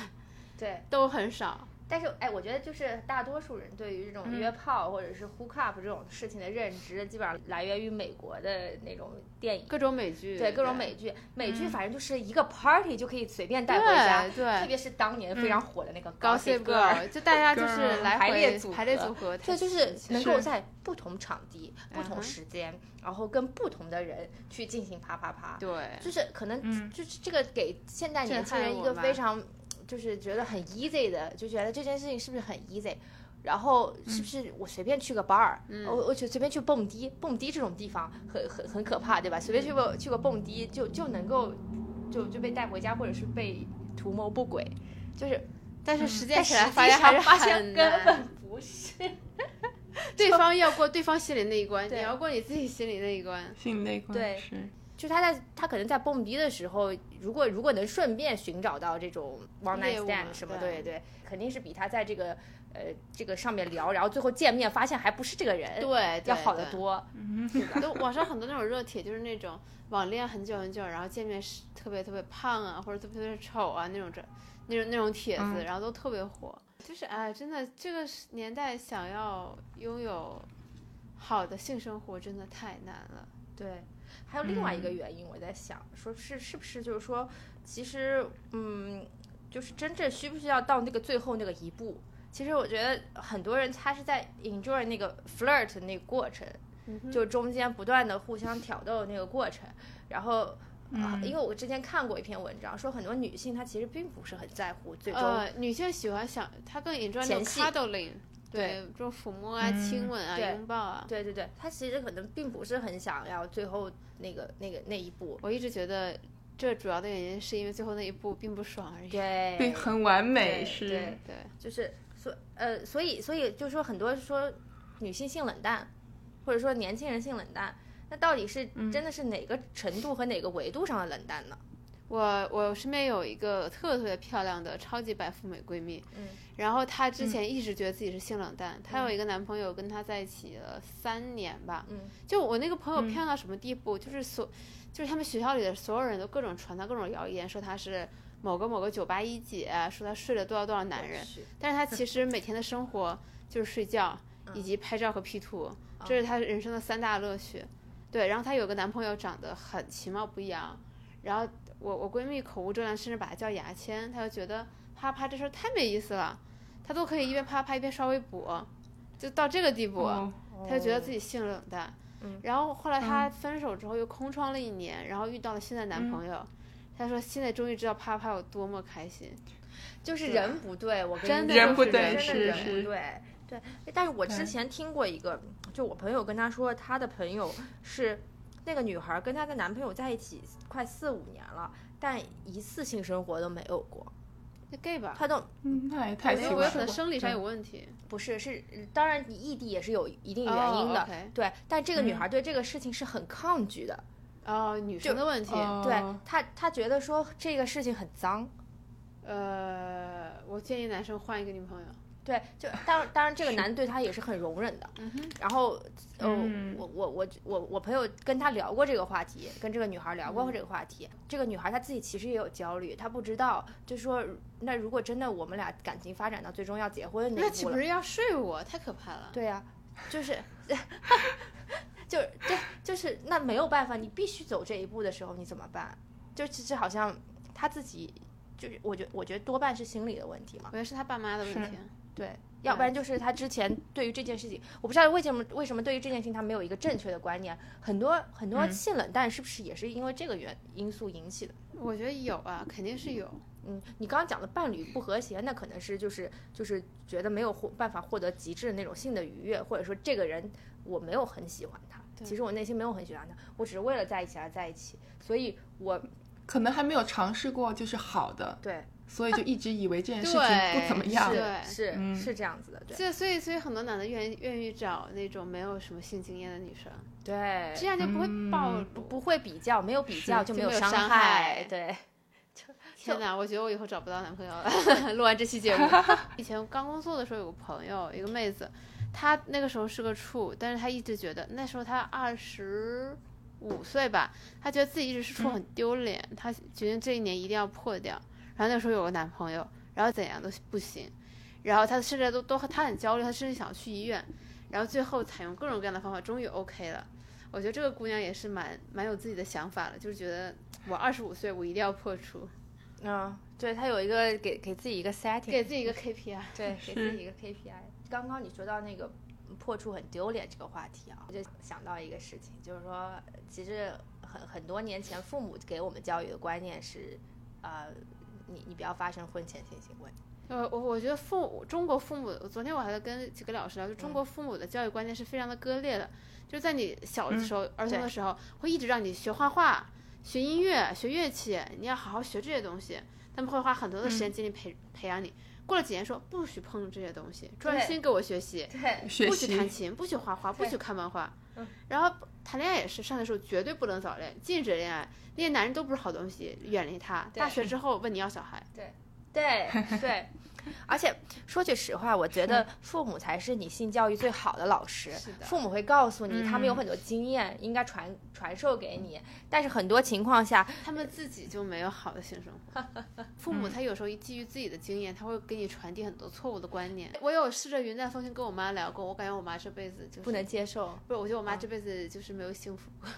Speaker 2: 对，
Speaker 3: 都很少。
Speaker 2: 但是哎，我觉得就是大多数人对于这种
Speaker 1: 嗯
Speaker 2: 约炮或者是 hook up 这种事情的认知，基本上来源于美国的那种电影。
Speaker 3: 各种美剧，
Speaker 2: 对各种美剧，美剧反正就是一个 party 就可以随便带回家，
Speaker 3: 对对
Speaker 2: 特别是当年非常火的那个
Speaker 3: Gossip
Speaker 2: Girl，
Speaker 3: Girl，就大 家就是
Speaker 1: Girl
Speaker 3: 来回
Speaker 2: 排列组合
Speaker 3: 排列组合，
Speaker 2: 这就是能够
Speaker 1: 是
Speaker 2: 在不同场地、不
Speaker 3: 嗯
Speaker 2: 同
Speaker 3: 哼
Speaker 2: 时间，然后跟不同的人去进行啪啪啪，
Speaker 3: 对，
Speaker 2: 就是可能
Speaker 1: 嗯
Speaker 2: 就就是这个给现代年轻
Speaker 3: 震撼
Speaker 2: 人一个
Speaker 3: 我吧
Speaker 2: 非常就是觉得很 easy 的，就觉得这件事情是不是很 easy。然后是不是我随便去个 bar，、
Speaker 3: 嗯
Speaker 2: 我我去随便去蹦迪，蹦迪这种地方很很很可怕，对吧？随便去个去个蹦迪就就能够就就被带回家，或者是被图谋不轨，就是
Speaker 3: 但是
Speaker 1: 嗯
Speaker 3: 实
Speaker 2: 在
Speaker 3: 践
Speaker 2: 实
Speaker 3: 起
Speaker 2: 际
Speaker 3: 来
Speaker 2: 上
Speaker 3: 发现还是
Speaker 2: 发现
Speaker 3: 很
Speaker 2: 根
Speaker 3: 难
Speaker 2: 本。不是。
Speaker 3: 对方要过对方心里那一关，
Speaker 2: 对
Speaker 3: 你要过你自己心里那一关。
Speaker 1: 性内关
Speaker 2: 对
Speaker 1: 是
Speaker 2: 就他在他可能在蹦迪的时候，如果如果能顺便寻找到这种 one night
Speaker 3: 业务嘛
Speaker 2: stand 什么，对
Speaker 3: 对
Speaker 2: 对，肯定是比他在这个呃这个上面聊，然后最后见面发现还不是这个人，
Speaker 3: 对，
Speaker 2: 呃要
Speaker 3: 对
Speaker 2: 好得
Speaker 3: 对
Speaker 2: 多。
Speaker 3: 都网上很多那种热帖，就是那种网恋很久很久，然后见面是特别特别胖啊，或者特别特别丑啊那种这那种那种帖子，
Speaker 1: 嗯
Speaker 3: 然后都特别火。就是哎，真的这个时年代想要拥有好的性生活，真的太难了。
Speaker 2: 对，还有另外一个原因，我在想，说是是不是就是说，其实嗯，就是真正需不需要到那个最后那个一步？其实我觉得很多人他是在 enjoy 那个 flirt 的那个过程，就中间不断的互相挑逗的那个过程，然后。啊，因为我之前看过一篇文章，说很多女性她其实并不是很在乎最终，
Speaker 3: 呃，女性喜欢想，她更 enjoy 那种
Speaker 2: 前戏
Speaker 3: cuddling，
Speaker 2: 对
Speaker 3: 对，这种抚摸啊、
Speaker 1: 嗯
Speaker 3: 亲吻啊、
Speaker 2: 对
Speaker 3: 拥抱啊。
Speaker 2: 对对对，她其实可能并不是很想要最后那个那个那一步，
Speaker 3: 我一直觉得这主要的原因是因为最后那一步并不爽而已。
Speaker 2: 对
Speaker 1: 对，很完美
Speaker 2: 对
Speaker 1: 是
Speaker 2: 对。
Speaker 3: 对，
Speaker 2: 就是所呃，所以所以就是说，很多说女性性冷淡，或者说年轻人性冷淡，那到底是真的是哪个程度和哪个维度上的冷淡呢？
Speaker 3: 我我身边有一个特别特别漂亮的超级白富美闺蜜，
Speaker 2: 嗯，
Speaker 3: 然后她之前一直觉得自己是性冷淡，她有一个男朋友跟她在一起了三年吧，
Speaker 2: 嗯，
Speaker 3: 就我那个朋友漂亮到什么地步，就是所就是他们学校里的所有人都各种传她各种谣言，说她是某个某个酒吧一姐，说她睡了多少多少男人，但是她其实每天的生活就是睡觉以及拍照和 P 图，这是她人生的三大乐趣。对，然后她有个男朋友长得很其貌不扬，然后我我闺蜜口无遮拦，甚至把她叫牙签，她就觉得啪啪这事儿太没意思了，她都可以一边啪啪一边刷微博，就到这个地步。
Speaker 1: 哦，
Speaker 3: 他就觉得自己性冷淡。然后后来她分手之后又空窗了一年，然后遇到了现在男朋友。她说：“现在终于知道啪啪有多么开心。
Speaker 2: 就是
Speaker 3: 对
Speaker 2: 人不对，我跟
Speaker 3: 真
Speaker 2: 你
Speaker 3: 的
Speaker 2: 讲
Speaker 3: 人不
Speaker 2: 是
Speaker 3: 对
Speaker 2: 真的
Speaker 3: 是
Speaker 2: 人
Speaker 1: 是
Speaker 2: 不对。对，但是我之
Speaker 1: 对
Speaker 2: 前听过一个，就我朋友跟她说，她的朋友是那个女孩跟她的男朋友在一起快四五年了，但一次性生活都没有过，”
Speaker 3: 那 gay 吧，
Speaker 2: 她都
Speaker 1: 嗯那也太
Speaker 3: 我
Speaker 1: 奇
Speaker 3: 觉得
Speaker 1: 怪
Speaker 3: 我有
Speaker 1: 了
Speaker 3: 可。能生理上
Speaker 1: 对
Speaker 3: 有问题。
Speaker 2: 不是是，嗯当然你异地也是有一定原因的
Speaker 3: 哦，OK 嗯
Speaker 2: 对，但这个女孩对这个事情是很抗拒的，
Speaker 3: 哦，女生的问题。
Speaker 1: 哦
Speaker 2: 对她她觉得说这个事情很脏，
Speaker 3: 呃，我建议男生换一个女朋友。
Speaker 2: 对，就当当然这个男的对她也是很容忍的，然后呃，
Speaker 1: 嗯
Speaker 2: 我我我我我朋友跟她聊过这个话题，跟这个女孩聊
Speaker 3: 嗯
Speaker 2: 过这个话题，这个女孩她自己其实也有焦虑，她不知道，就说那如果真的我们俩感情发展到最终要结婚那
Speaker 3: 那
Speaker 2: 一
Speaker 3: 岂
Speaker 2: 步
Speaker 3: 不
Speaker 2: 了，
Speaker 3: 是要睡我？太可怕了。
Speaker 2: 对呀、就是 就对，就是那没有办法，你必须走这一步的时候，你怎么办？就其实好像他自己就是，我觉我觉得多半是心理的问题嘛
Speaker 3: 我，觉得是他爸妈的问
Speaker 1: 是
Speaker 3: 题。
Speaker 2: 对，要不然就是他之前对于这件事情，我不知道为什么为什么对于这件事情他没有一个正确的观念，很多很多
Speaker 1: 嗯
Speaker 2: 性冷淡是不是也是因为这个原因素引起的？
Speaker 3: 我觉得有啊，肯定是有。
Speaker 2: 嗯，你刚刚讲的伴侣不和谐，那可能是就是就是觉得没有获办法获得极致的那种性的愉悦，或者说这个人我没有很喜欢他，
Speaker 3: 对
Speaker 2: 其实我内心没有很喜欢他，我只是为了在一起而在一起，所以我
Speaker 1: 可能还没有尝试过就是好的，
Speaker 2: 对
Speaker 1: 所以就一直以为这件事情
Speaker 3: 对
Speaker 1: 不怎么样。
Speaker 3: 是
Speaker 2: 是、
Speaker 1: 嗯
Speaker 2: 是这样子的，对
Speaker 3: 所以，所以，所以很多男的愿意愿意找那种没有什么性经验的女生，
Speaker 2: 对
Speaker 3: 这样就不会暴露。
Speaker 1: 嗯
Speaker 2: 不不会比较，没有比较就没
Speaker 3: 就没有
Speaker 2: 伤
Speaker 3: 伤害
Speaker 2: 对，
Speaker 3: 天哪，我觉得我以后找不到男朋友了。录完这期节目，以前刚工作的时候有个朋友，一个妹子，她那个时候是个处，但是她一直觉得那时候她二十五岁吧，她觉得自己一直是处很丢脸，她决定这一年一定要破掉。然后那时候有个男朋友，然后怎样都不行，然后她甚至都都她很焦虑，她甚至想去医院，然后最后采用各种各样的方法，终于 OK 了。我觉得这个姑娘也是蛮蛮有自己的想法的，就是觉得我二十五岁，我一定要破处。
Speaker 2: 嗯，对他有一个给给自己一个 setting，
Speaker 3: 给自己一个 KPI。
Speaker 2: 对，给自己一个 KPI。刚刚你说到那个破处很丢脸这个话题啊，我就想到一个事情，就是说，其实很很多年前父母给我们教育的观念是，呃，你你不要发生婚前性行为。
Speaker 3: 呃，我我觉得父母中国父母，昨天我还在跟几个老师聊，就
Speaker 2: 嗯
Speaker 3: 中国父母的教育观念是非常的割裂的，就是在你小的
Speaker 2: 嗯
Speaker 3: 时候、儿童的时候，会一直让你学画画、学音乐、学乐器，你要好好学这些东西，他们会花很多的时
Speaker 2: 嗯
Speaker 3: 间精力培、培养你。过了几年说不许碰这些东西，专
Speaker 2: 对
Speaker 3: 心给我学习。
Speaker 2: 对
Speaker 1: 学
Speaker 3: 不许弹
Speaker 1: 习
Speaker 3: 琴，不许画画，不
Speaker 2: 对
Speaker 3: 许看漫画
Speaker 2: 嗯。
Speaker 3: 然后谈恋爱也是，上学的时候绝对不能早恋，禁止恋爱，那些男人都不是好东西，远离他。
Speaker 2: 对嗯
Speaker 3: 大学之后问你要小孩，
Speaker 2: 对对，而且说句实话，我觉得父母才是你性教育最好的老师。
Speaker 3: 是的
Speaker 2: 父母会告诉你，他们有
Speaker 1: 嗯
Speaker 2: 很多经验，应该传传授给你。但是很多情况下，
Speaker 3: 他们自己就没有好的性生活。 父
Speaker 2: 嗯
Speaker 3: 母他有时候基于自己的经验，他会给你传递很多错误的观念。我有试着云淡风轻跟我妈聊过，我感觉我妈这辈子就是
Speaker 2: 不能接受。
Speaker 3: 不是，我觉得我妈这辈子就是没有幸 福过。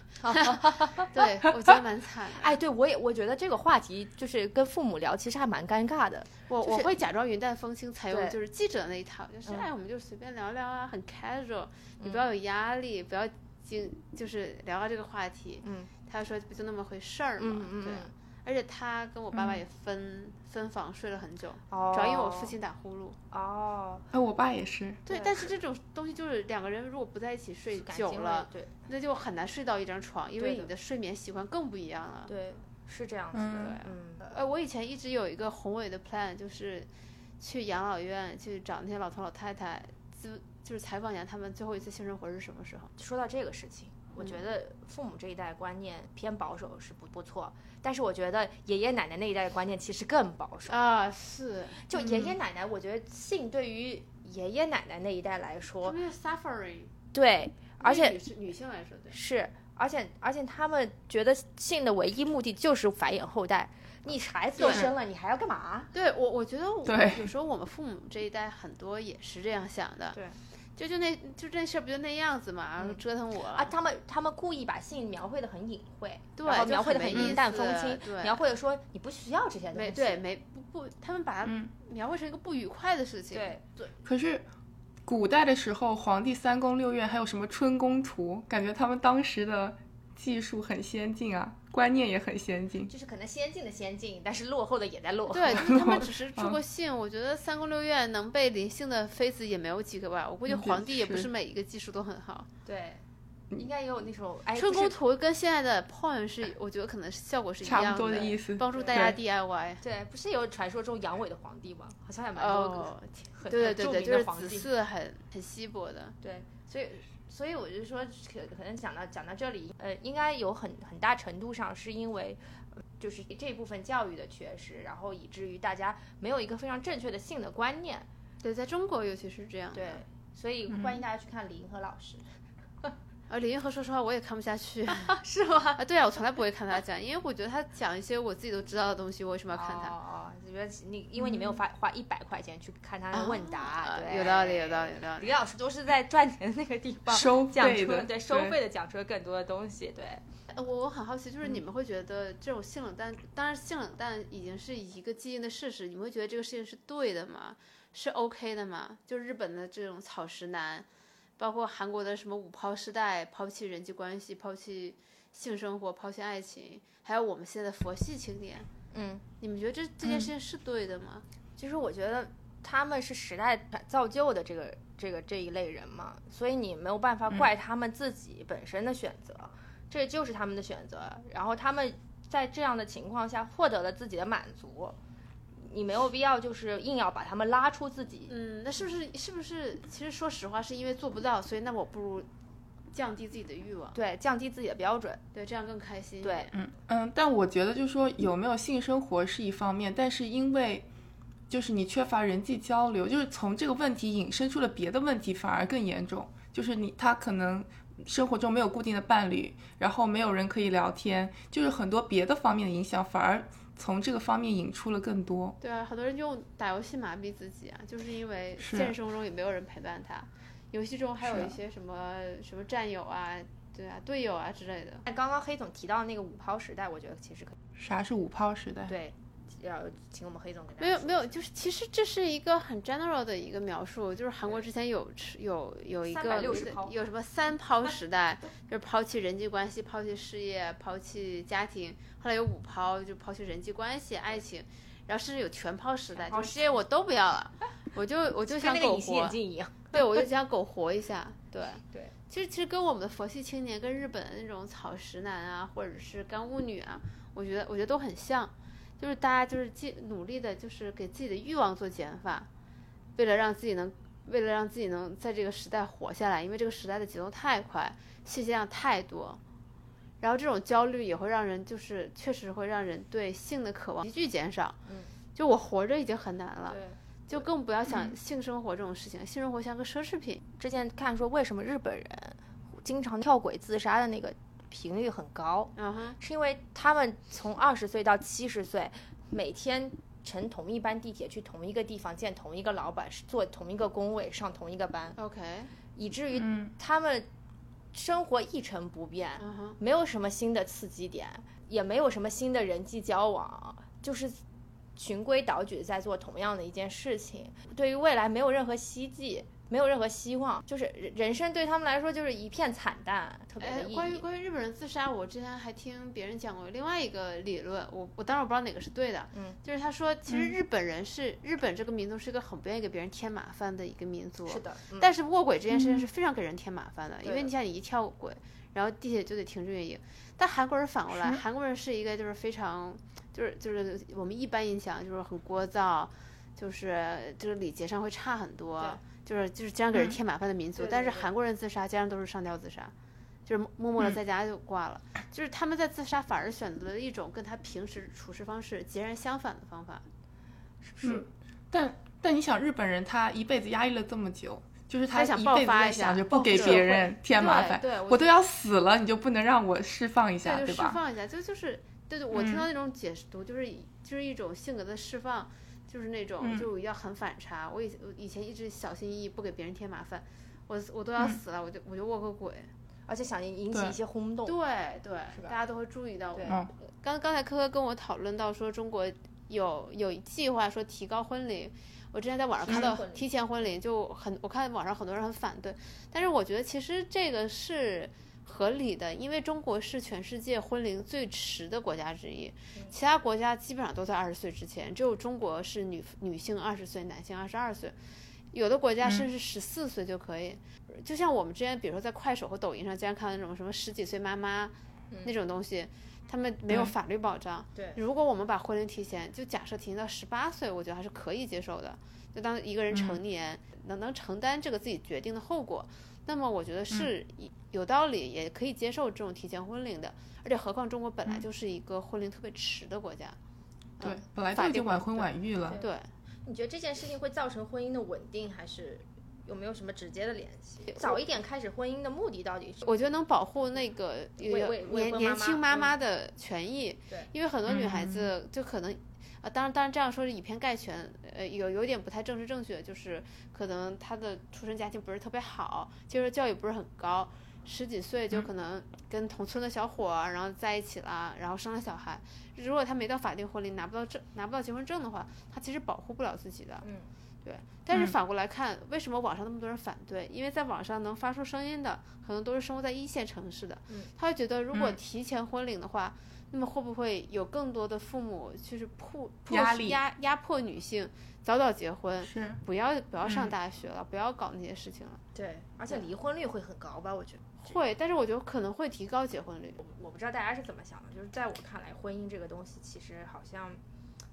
Speaker 3: 对，我觉得蛮惨的。
Speaker 2: 哎，对我也我觉得这个话题就是跟父母聊，其实还蛮尴尬的。
Speaker 3: 我
Speaker 2: 就
Speaker 3: 我
Speaker 2: 是
Speaker 3: 会假装云淡风轻，采用
Speaker 2: 对
Speaker 3: 就是记者那一套，就是
Speaker 2: 嗯
Speaker 3: 哎，我们就随便聊聊啊，很 casual，你
Speaker 2: 嗯
Speaker 3: 不要有压力，不要经就是聊到这个话题。
Speaker 2: 嗯，
Speaker 3: 他说不就那么回事儿嘛，
Speaker 2: 嗯嗯
Speaker 3: 对
Speaker 2: 嗯。
Speaker 3: 而且他跟我爸爸也分、分房睡了很久，
Speaker 2: 哦
Speaker 3: 主要因为我父亲打呼噜。
Speaker 2: 哦，
Speaker 1: 哎，我爸也是，
Speaker 3: 对，
Speaker 2: 对
Speaker 3: 但是这种东西就是两个人如果不在一起睡
Speaker 2: 感
Speaker 3: 久
Speaker 2: 情
Speaker 3: 了，
Speaker 2: 对
Speaker 3: 那就很难睡到一张床，因
Speaker 2: 对
Speaker 3: 为
Speaker 2: 的
Speaker 3: 你的睡眠习惯更不一样了。
Speaker 2: 对，是这样子
Speaker 1: 嗯
Speaker 2: 的，
Speaker 3: 对
Speaker 2: 嗯，
Speaker 3: 呃，我以前一直有一个宏伟的 plan，就是去养老院去找那些老头老太太，就就是采访一下他们最后一次性生活是什么时候。
Speaker 2: 说到这个事情，我觉得父母这一代观念偏保守是不不错，但是我觉得爷爷奶奶那一代观念其实更保守。
Speaker 3: 啊，是，
Speaker 2: 就爷爷奶奶，我觉得性对于爷爷奶奶那一代来
Speaker 3: 他
Speaker 2: 说，
Speaker 3: 们是 suffering，
Speaker 2: 对，而且
Speaker 3: 女士女性来说，对，
Speaker 2: 是，而且而且他们觉得性的唯一目的就是繁衍后代。你孩子都
Speaker 3: 对
Speaker 2: 生了，你还要干嘛？
Speaker 3: 对我我觉得我
Speaker 1: 对
Speaker 3: 有时候我们父母这一代很多也是这样想的，
Speaker 2: 对，
Speaker 3: 就就那就这事儿不就那样子嘛，
Speaker 2: 嗯
Speaker 3: 折腾我
Speaker 2: 啊，他们他们故意把性描绘的很隐晦，
Speaker 3: 对
Speaker 2: 然后
Speaker 3: 就
Speaker 2: 描绘的
Speaker 3: 很
Speaker 2: 很
Speaker 3: 没
Speaker 2: 云
Speaker 3: 意
Speaker 2: 淡
Speaker 3: 思
Speaker 2: 风轻，
Speaker 3: 对
Speaker 2: 描绘的说你不需要这些东
Speaker 3: 没
Speaker 2: 西。
Speaker 3: 对没不不，他们把它
Speaker 1: 嗯，
Speaker 3: 描绘成一个不愉快的事情，
Speaker 2: 对，
Speaker 1: 可是古代的时候，皇帝三宫六院还有什么春宫图，感觉他们当时的技术很先进啊，观念也很先进。
Speaker 2: 就是可能先进的先进，但是落后的也在落后。
Speaker 3: 对，就是他们只 是出过信，我觉得三宫六院能被临幸的妃子也没有几个吧。我估计
Speaker 1: 嗯
Speaker 3: 皇帝也不
Speaker 1: 是
Speaker 3: 是每一个技术都很好。
Speaker 2: 对，应该也有那种哎，
Speaker 3: 春
Speaker 2: 不是
Speaker 3: 宫图跟现在的 porn 是，我觉得可能是效果是一
Speaker 1: 差
Speaker 3: 样
Speaker 1: 不多的意思
Speaker 3: 帮助大家 DIY。
Speaker 2: 对，不是有传说中阳痿的皇帝吗？好像也蛮多个
Speaker 3: 哦，
Speaker 2: 很
Speaker 3: 对对
Speaker 2: 很著
Speaker 3: 对对，
Speaker 2: 名
Speaker 3: 就
Speaker 2: 的
Speaker 3: 是
Speaker 2: 皇
Speaker 3: 子
Speaker 2: 帝。
Speaker 3: 嗣很很稀薄的。
Speaker 2: 对，所以所以我就说，可可能讲到讲到这里，呃，应该有很很大程度上是因为。呃就是这部分教育的缺失，然后以至于大家没有一个非常正确的性的观念。
Speaker 3: 对，在中国尤其是这样。
Speaker 2: 对，，所以欢迎大家去看李银河老师。
Speaker 3: 而李银呃河，说实话我也看不下去
Speaker 2: 是吗？
Speaker 3: 啊。对啊，我从来不会看他讲，因为我觉得他讲一些我自己都知道的东西，我为什么要看他？
Speaker 2: 哦哦，你觉得你因为你没有花花一百块钱去看他的问答，
Speaker 3: 啊
Speaker 2: 对，
Speaker 3: 有道理，有道理，有道理。
Speaker 2: 李老师都是在赚钱的那个地方
Speaker 1: 收
Speaker 2: 讲
Speaker 1: 费
Speaker 2: 出
Speaker 1: 的，
Speaker 2: 对收费的讲出了更多的东西，对
Speaker 3: 呃我我很好奇，就是你
Speaker 2: 嗯
Speaker 3: 们会觉得这种性冷淡，当然性冷淡已经是一个既定的事实，你们会觉得这个事情是对的吗？是 OK 的吗？就日本的这种草食男，包括韩国的什么五抛时代，抛弃人际关系，抛弃性生活，抛弃爱情，还有我们现在的佛系青年，
Speaker 2: 嗯，
Speaker 3: 你们觉得这这件事情是对的吗？
Speaker 2: 其实我觉得他们是时代造就的这个这个这一类人嘛，所以你没有办法怪他们自己本身的选择，这就是他们的选择。然后他们在这样的情况下获得了自己的满足，你没有必要就是硬要把他们拉出自己。
Speaker 3: 嗯，那是不是是不是？其实说实话，是因为做不到，所以那我不如降低自己的欲望，
Speaker 2: 对，降低自己的标准。
Speaker 3: 对，这样更开心一
Speaker 2: 对
Speaker 3: 点。
Speaker 1: 嗯嗯，但我觉得就是说有没有性生活是一方面，但是因为就是你缺乏人际交流，就是从这个问题引申出了别的问题，反而更严重。就是你他可能生活中没有固定的伴侣，然后没有人可以聊天，就是很多别的方面的影响，反而从这个方面引出了更多。
Speaker 3: 对啊，好多人就用打游戏麻痹自己啊，就是因为
Speaker 1: 是
Speaker 3: 现实生活中也没有人陪伴他，游戏中还有
Speaker 1: 是
Speaker 3: 一些什么什么战友啊，对啊，队友啊之类的。
Speaker 2: 但刚刚黑总提到那个五抛时代，我觉得其实可以
Speaker 1: 啥是五泡时代？
Speaker 2: 对，要请我们黑总给大家
Speaker 3: 没有
Speaker 2: 说
Speaker 3: 没有，就是其实这是一个很 general 的一个描述，就是韩国之前有吃有有一个
Speaker 2: 360抛
Speaker 3: 有什么三抛时代，就是抛弃人际关系、抛弃事业、抛弃家庭，后来有五抛，就抛弃人际关系、爱情，然后甚至有全抛时代，
Speaker 2: 全抛
Speaker 3: 就是事业我都不要了，我就我就
Speaker 2: 跟
Speaker 3: 想
Speaker 2: 那个
Speaker 3: 苟
Speaker 2: 隐形
Speaker 3: 活
Speaker 2: 眼，镜一样。
Speaker 3: 对我就想苟活一下，对。
Speaker 2: 对，
Speaker 3: 其实其实跟我们的佛系青年跟日本的那种草食男啊，或者是干物女啊，我觉得我觉得都很像，就是大家就是尽努力的，就是给自己的欲望做减法，为了让自己能为了让自己能在这个时代活下来，因为这个时代的节奏太快，信息量太多。然后这种焦虑也会让人，就是确实会让人对性的渴望急剧减少。
Speaker 2: 嗯，
Speaker 3: 就我活着已经很难了，
Speaker 2: 对。
Speaker 3: 就更不要想性生活这种事情。性生活像个奢侈品，
Speaker 2: 之前看说为什么日本人经常跳轨自杀的那个频率很高，
Speaker 3: 嗯哼，
Speaker 2: 是因为他们从二十岁到七十岁，每天乘同一班地铁去同一个地方见同一个老板，是坐同一个工位上同一个班，
Speaker 3: OK，
Speaker 2: 以至于
Speaker 1: 嗯，
Speaker 2: 他们生活一成不变，
Speaker 3: 嗯哼，
Speaker 2: 没有什么新的刺激点，也没有什么新的人际交往，就是循规蹈矩地在做同样的一件事情，对于未来没有任何希冀，没有任何希望，就是人人生对他们来说就是一片惨淡，特别
Speaker 3: 哎
Speaker 2: 的，意义。
Speaker 3: 关于关于日本人自杀，我之前还听别人讲过另外一个理论，我我当然我不知道哪个是对的，
Speaker 2: 嗯，
Speaker 3: 就是他说，其实日本人是、日本这个民族是一个很不愿意给别人添麻烦的一个民族，
Speaker 2: 是的，嗯嗯
Speaker 3: 但是卧轨这件事情是非常给人添麻烦的，因为
Speaker 2: 对
Speaker 3: 你想你一跳轨，然后地铁就得停止运营。但韩国人反过来，韩国人是一个就是非常就是就是我们一般印象就是很聒噪，就是就是礼节上会差很多，就是就是经常给
Speaker 1: 嗯
Speaker 3: 人添麻烦的民族。
Speaker 2: 对对
Speaker 3: 但是
Speaker 2: 对嗯
Speaker 3: 韩国人自杀经常都是上吊自杀。就是默默的在家就挂了，就是他们在自杀反而选择了一种跟他平时处事方式截然相反的方法，是不是？
Speaker 1: 嗯但但你想，日本人他一辈子压抑了这么久，就是
Speaker 3: 他想
Speaker 1: 一
Speaker 3: 爆
Speaker 1: 辈子
Speaker 3: 发
Speaker 1: 在
Speaker 3: 一下
Speaker 1: 想着
Speaker 3: 报
Speaker 1: 不
Speaker 3: 复
Speaker 1: 给
Speaker 3: 社
Speaker 1: 别
Speaker 3: 会
Speaker 1: 人添麻
Speaker 3: 对
Speaker 1: 烦，
Speaker 3: 对我
Speaker 1: 我都要死了，你就不能让我释放一下，
Speaker 3: 对，就
Speaker 1: 对
Speaker 3: 释
Speaker 1: 吧？
Speaker 3: 放一下，就就是对对，我听
Speaker 1: 嗯
Speaker 3: 到那种解读就是一就是一种性格的释放，就是那种
Speaker 1: 嗯
Speaker 3: 就要很反差。我以前我以前一直小心翼翼，不给别人添麻烦，我我都要
Speaker 1: 嗯
Speaker 3: 死了，我就我就卧个轨。
Speaker 2: 而且想引起
Speaker 1: 对
Speaker 2: 一些轰动。
Speaker 3: 对对
Speaker 2: 哦是，吧
Speaker 3: 大家都会注意到我
Speaker 2: 对。
Speaker 1: 嗯
Speaker 3: 刚刚才科科跟我讨论到说中国有有计划说提高婚龄，我之前在网上
Speaker 2: 提前
Speaker 3: 看到
Speaker 2: 婚龄
Speaker 3: 提前婚龄就很，我看网上很多人很反对，但是我觉得其实这个是合理的，因为中国是全世界婚龄最迟的国家之一，
Speaker 2: 嗯
Speaker 3: 其他国家基本上都在二十岁之前，只有中国是女女性二十岁，男性二十二岁。有的国家甚至十四岁就可以，就像我们之前，比如说在快手和抖音上，经常看到那种什么十几岁妈妈、
Speaker 2: 嗯
Speaker 3: 那种东西，他们没有
Speaker 1: 对
Speaker 3: 法律保障。
Speaker 2: 对
Speaker 3: 如果我们把婚龄提前，就假设提前到十八岁，我觉得还是可以接受的。就当一个人成年，能能承担这个自己决定的后果，那么我觉得是有道理，也可以接受这种提前婚龄的。而且何况中国本来就是一个婚龄特别迟的国家，
Speaker 1: 对，本来
Speaker 3: 法
Speaker 1: 就已
Speaker 3: 定
Speaker 1: 经晚婚
Speaker 3: 对
Speaker 1: 晚育了。
Speaker 3: 对，
Speaker 4: 你觉得这件事情会造成婚姻的稳定，还是有没有什么直接的联系？早一点开始婚姻的目的到底是？
Speaker 3: 我觉得能保护那个有
Speaker 4: 未未未
Speaker 3: 年
Speaker 4: 婚
Speaker 3: 年
Speaker 4: 妈妈
Speaker 3: 轻妈
Speaker 4: 嗯
Speaker 3: 妈的权益，
Speaker 4: 对
Speaker 3: 因为很多女孩子就可能，呃，当然当然这样说是以偏概全，呃，有有点不太正式正确，就是可能她的出身家庭不是特别好，接受教育不是很高，十几岁
Speaker 1: 嗯
Speaker 3: 就可能跟同村的小伙儿然后在一起了，然后生了小孩，如果她没到法定婚龄，拿不到证，拿不到结婚证的话，她其实保护不了自己的，
Speaker 4: 嗯。
Speaker 3: 对，但是
Speaker 1: 嗯
Speaker 3: 反过来看，为什么网上那么多人反对？因为在网上能发出声音的，可能都是生活在一线城市的，
Speaker 4: 嗯
Speaker 3: 他会觉得如果
Speaker 1: 嗯
Speaker 3: 提前婚龄的话，那么会不会有更多的父母就是迫迫
Speaker 1: 压
Speaker 3: 使
Speaker 1: 力
Speaker 3: 压压迫女性早早结婚，
Speaker 1: 是，
Speaker 3: 不要不要
Speaker 1: 嗯
Speaker 3: 上大学了，不要搞那些事情了？
Speaker 4: 对，而且离婚率会很高吧？我觉得。
Speaker 3: 会，但是我觉得可能会提高结婚率。
Speaker 4: 我不知道大家是怎么想的，就是在我看来，婚姻这个东西其实好像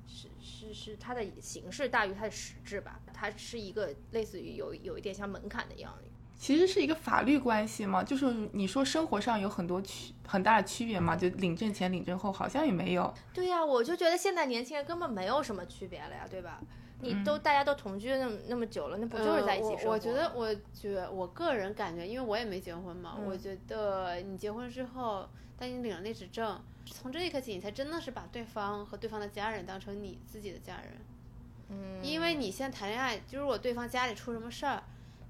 Speaker 4: 是是是它的形式大于它的实质吧，它是一个类似于有有一点像门槛的一样的。
Speaker 1: 其实是一个法律关系嘛，就是你说生活上有很多区很大的区别嘛，就领证前领证后好像也没有。
Speaker 4: 对呀、我就觉得现在年轻人根本没有什么区别了呀，对吧？你都、大家都同居那么那么久了，那不就是在一起生活、
Speaker 3: 呃我？我觉得，我觉我个人感觉，因为我也没结婚嘛，
Speaker 4: 嗯
Speaker 3: 我觉得你结婚之后，当你领了那纸证，从这一刻起，你才真的是把对方和对方的家人当成你自己的家人。
Speaker 4: 嗯，
Speaker 3: 因为你现在谈恋爱，就是我对方家里出什么事儿，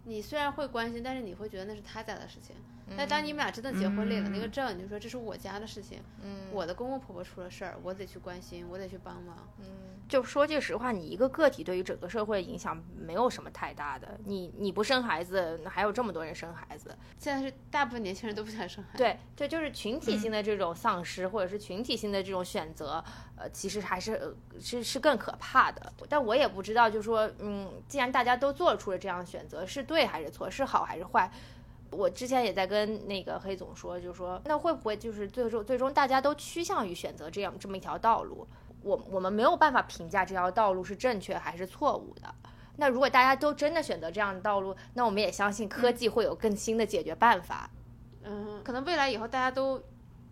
Speaker 3: 你虽然会关心，但是你会觉得那是他家的事情。
Speaker 4: 嗯
Speaker 3: 但当你们俩真的结婚领了那个证，你就说这是我家的事情，
Speaker 4: 嗯
Speaker 3: 我的公公婆婆出了事儿，我得去关心，我得去帮忙。
Speaker 4: 嗯
Speaker 2: 就说句实话，你一个个体对于整个社会影响没有什么太大的。你你不生孩子，还有这么多人生孩子，
Speaker 3: 现在是大部分年轻人都不想生孩子，
Speaker 2: 对对，就是群体性的这种丧失，或者是群体性的这种选择，呃，其实还是、呃、是是更可怕的。但我也不知道，就说，嗯，既然大家都做出了这样的选择，是对还是错，是好还是坏？我之前也在跟那个黑总说，就说那会不会就是最终最终大家都趋向于选择这样这么一条道路？我我们没有办法评价这条道路是正确还是错误的。那如果大家都真的选择这样的道路，那我们也相信科技会有更新的解决办法。
Speaker 3: 嗯，可能未来以后大家都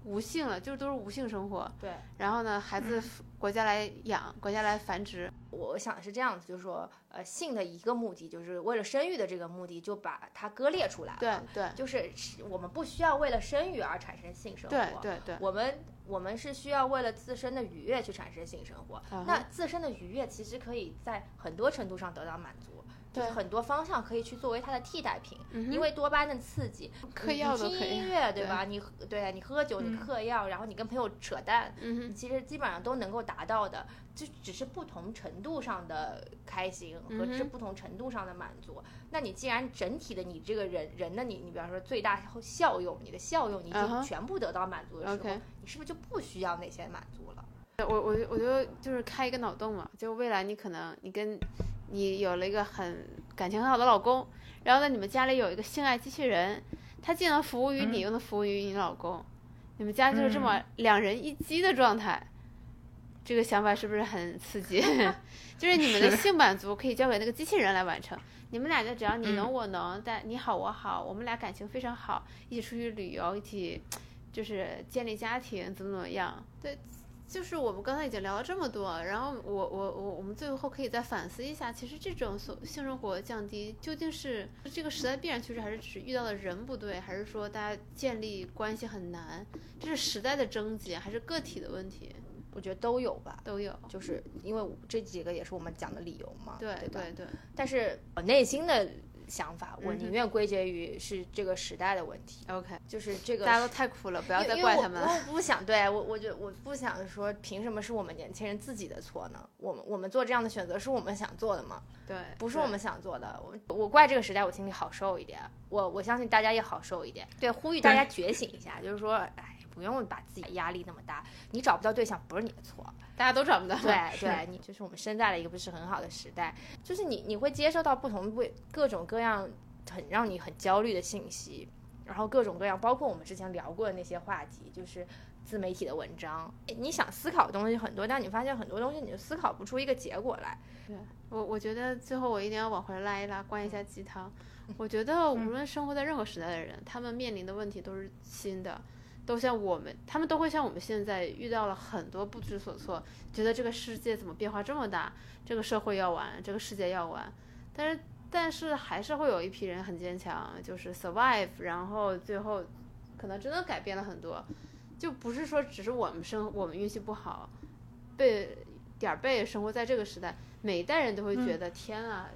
Speaker 3: 无性了，就是都是无性生活。
Speaker 2: 对，
Speaker 3: 然后呢，孩子国家来养，国家来繁殖。
Speaker 2: 我想的是这样子，就是说，呃，性的一个目的就是为了生育的这个目的，就把它割裂出来了。，
Speaker 3: 对对
Speaker 2: 就是是我们不需要为了生育而产生性生活。
Speaker 3: 对对对，
Speaker 2: 我们我们是需要为了自身的愉悦去产生性生活。
Speaker 3: 嗯
Speaker 2: 那
Speaker 3: 哼
Speaker 2: 自身的愉悦其实可以在很多程度上得到满足，就是
Speaker 3: 对
Speaker 2: 很多方向可以去作为它的替代品。
Speaker 3: 嗯哼
Speaker 2: 因为多巴胺的刺激，
Speaker 3: 嗑
Speaker 2: 你
Speaker 3: 药
Speaker 2: 你
Speaker 3: 都
Speaker 2: 听
Speaker 3: 可以
Speaker 2: 音乐对吧？你喝对啊，你喝酒，你
Speaker 1: 嗯
Speaker 2: 嗑药，然后你跟朋友扯淡，
Speaker 3: 嗯哼
Speaker 2: 你其实基本上都能够达到的，就只是不同程度上的开心和
Speaker 3: 嗯哼
Speaker 2: 是不同程度上的满足。那你既然整体的你这个人人的你，你比方说最大效用，你的效用你已
Speaker 3: 啊哈
Speaker 2: 经全部得到满足的时候
Speaker 3: OK
Speaker 2: 你是不是就不需要那些满足了？
Speaker 3: 我我就我就就是开一个脑洞嘛，就未来你可能你跟你有了一个很感情很好的老公，然后呢你们家里有一个性爱机器人，他既能服务于你，又能服务于你老公，你们家就是这么两人一机的状态。这个想法是不是很刺激？ 就是你们的
Speaker 1: 是
Speaker 3: 性满足可以交给那个机器人来 完成，你们俩就只要你
Speaker 1: 嗯
Speaker 3: 能我能，但你好我好，我们俩感情非常好，一起出去旅游，一起就是建立家庭，怎么怎么样？对，就是我们刚才已经聊了这么多，然后我我我我们最后可以再反思一下，其实这种所性生活降低究竟是这个时代必然趋势，还是只是遇到的人不对，还是说大家建立关系很难？这是时代的症结，还是个体的问题？
Speaker 2: 我觉得都有吧，
Speaker 3: 都有。
Speaker 2: 就是因为我这几个也是我们讲的理由嘛，
Speaker 3: 对
Speaker 2: 对吧？
Speaker 3: 对，
Speaker 2: 但是我内心的想法，我
Speaker 3: 嗯哼
Speaker 2: 宁愿归结于是这个时代的问题，
Speaker 3: OK，
Speaker 2: 就是这个
Speaker 3: 大家
Speaker 2: 时
Speaker 3: 都太苦了，不
Speaker 2: 不
Speaker 3: 要再怪他们了。
Speaker 2: 我 不想对我，我觉得我不想说，凭什么是我们年轻人自己的错呢？我们我们做这样的选择是我们想做的吗？
Speaker 3: 对，
Speaker 2: 不是
Speaker 3: 对
Speaker 2: 我们想做的。我我怪这个时代，我心里好受一点。我我相信大家也好受一点。对，呼吁大 家觉醒一下，就是说，哎，不用把自己压力那么大。你找不到对象不是你的错，
Speaker 3: 大家都找不到。
Speaker 2: 对对，你就是我们生在了一个不是很好的时代，就是你你会接收到不同不各种各样很让你很焦虑的信息，然后各种各样，包括我们之前聊过的那些话题，就是自媒体的文章，你想思考的东西很多，但你发现很多东西你就思考不出一个结果来。
Speaker 3: 我我觉得最后我一定要往回拉一拉，关一下鸡汤。我觉得
Speaker 2: 嗯
Speaker 3: 无论生活在任何时代的人，他们面临的问题都是新的，都像我们，他们都会像我们现在遇到了很多不知所措，觉得这个世界怎么变化这么大，这个社会要完，这个世界要完。但是但是还是会有一批人很坚强，就是 survive，然后最后可能真的改变了很多，就不是说只是我们生我们运气不好，被点儿背生活在这个时代。每一代人都会觉得、天啊，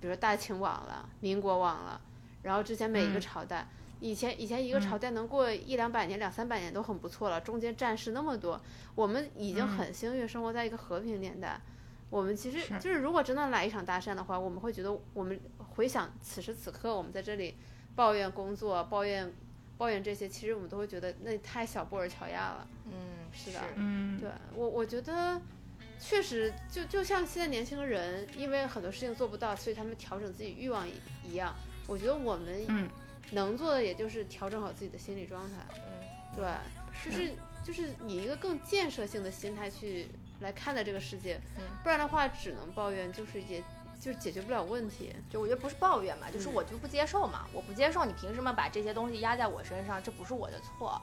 Speaker 3: 比如说大清亡了，民国亡了，然后之前每一个
Speaker 1: 嗯
Speaker 3: 朝代，以前以前一个朝代能过一两百年、两三百年都很不错了，中间战事那么多，我们已
Speaker 1: 嗯
Speaker 3: 经很幸运生活在一个和平年代。我们其实
Speaker 1: 是
Speaker 3: 就是，如果真的来一场大战的话，我们会觉得，我们回想此时此刻，我们在这里抱怨工作、抱怨抱怨这些，其实我们都会觉得那也太小布尔乔亚了。
Speaker 2: 嗯，是
Speaker 3: 的
Speaker 1: 嗯，
Speaker 3: 对我，我觉得确实就就像现在年轻人，因为很多事情做不到，所以他们调整自己欲望一一样。我觉得我们
Speaker 1: 嗯
Speaker 3: 能做的也就是调整好自己的心理状态，
Speaker 2: 嗯，
Speaker 3: 对，就是就是以一个更建设性的心态去来看待这个世界
Speaker 2: 嗯，
Speaker 3: 不然的话只能抱怨，就是也就是解决不了问题。
Speaker 2: 就我觉得不是抱怨嘛，就是
Speaker 3: 嗯
Speaker 2: 我就不接受嘛，我不接受你凭什么把这些东西压在我身上？这不是我的错，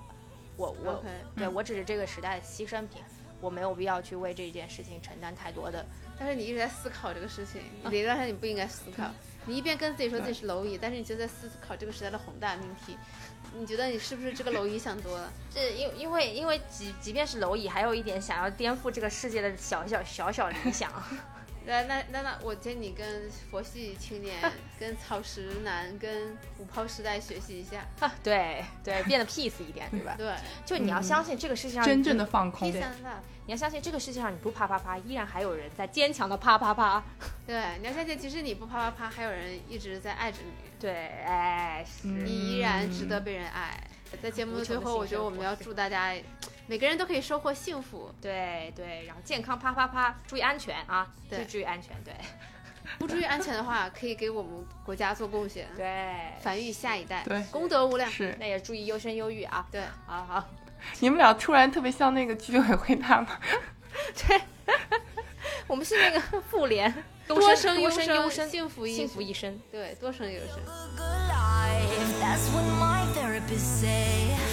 Speaker 2: 我我
Speaker 3: OK，
Speaker 2: 对我只是这个时代的牺牲品，我没有必要去为这件事情承担太多的。
Speaker 3: 但是你一直在思考这个事情，理论上你不应该思考。你一边跟自己说自己是蝼蚁，但是你就在思考这个时代的宏大命题。你觉得你是不是这个蝼蚁想多了？
Speaker 2: 这因因为因为即即便是蝼蚁，还有一点想要颠覆这个世界的小小小小理想。
Speaker 3: 那那那那，我建议你跟佛系青年、跟草食男、跟五泡时代学习一下。
Speaker 2: 对对，变得 peace 一点，对嗯吧？
Speaker 3: 对，
Speaker 2: 就你要相信这个世界上，
Speaker 1: 真正的放
Speaker 3: 第
Speaker 1: 空，
Speaker 3: 三大，
Speaker 2: 你要相信这个世界上，你不啪啪啪，依然还有人在坚强的啪啪啪。
Speaker 3: 对，你要相信，即使你不啪啪啪，还有人一直在爱着你，
Speaker 2: 对，哎，是。
Speaker 1: 嗯
Speaker 3: 你依然值得被人爱。在节目的最后，我觉得我们要祝大家，每个人都可以收获幸福。
Speaker 2: 对对，然后健康啪啪啪，注意安全啊！
Speaker 3: 对
Speaker 2: 就注意安全，对
Speaker 3: 不注意安全的话，可以给我们国家做贡献，
Speaker 2: 对，
Speaker 3: 繁育下一代，
Speaker 1: 对
Speaker 3: 功德无量。
Speaker 1: 是
Speaker 2: 那也注意优生优育啊！
Speaker 3: 对，
Speaker 2: 好好，
Speaker 1: 你们俩突然特别像那个居委会大妈，
Speaker 2: 我们是那个 妇联，
Speaker 3: 多
Speaker 2: 生
Speaker 3: 生
Speaker 2: 优
Speaker 3: 优
Speaker 2: 生
Speaker 3: 生
Speaker 2: 优生，
Speaker 3: 幸福一
Speaker 2: 幸福一生。
Speaker 3: 对，多生优生。
Speaker 5: a good life. That's what my therapist say.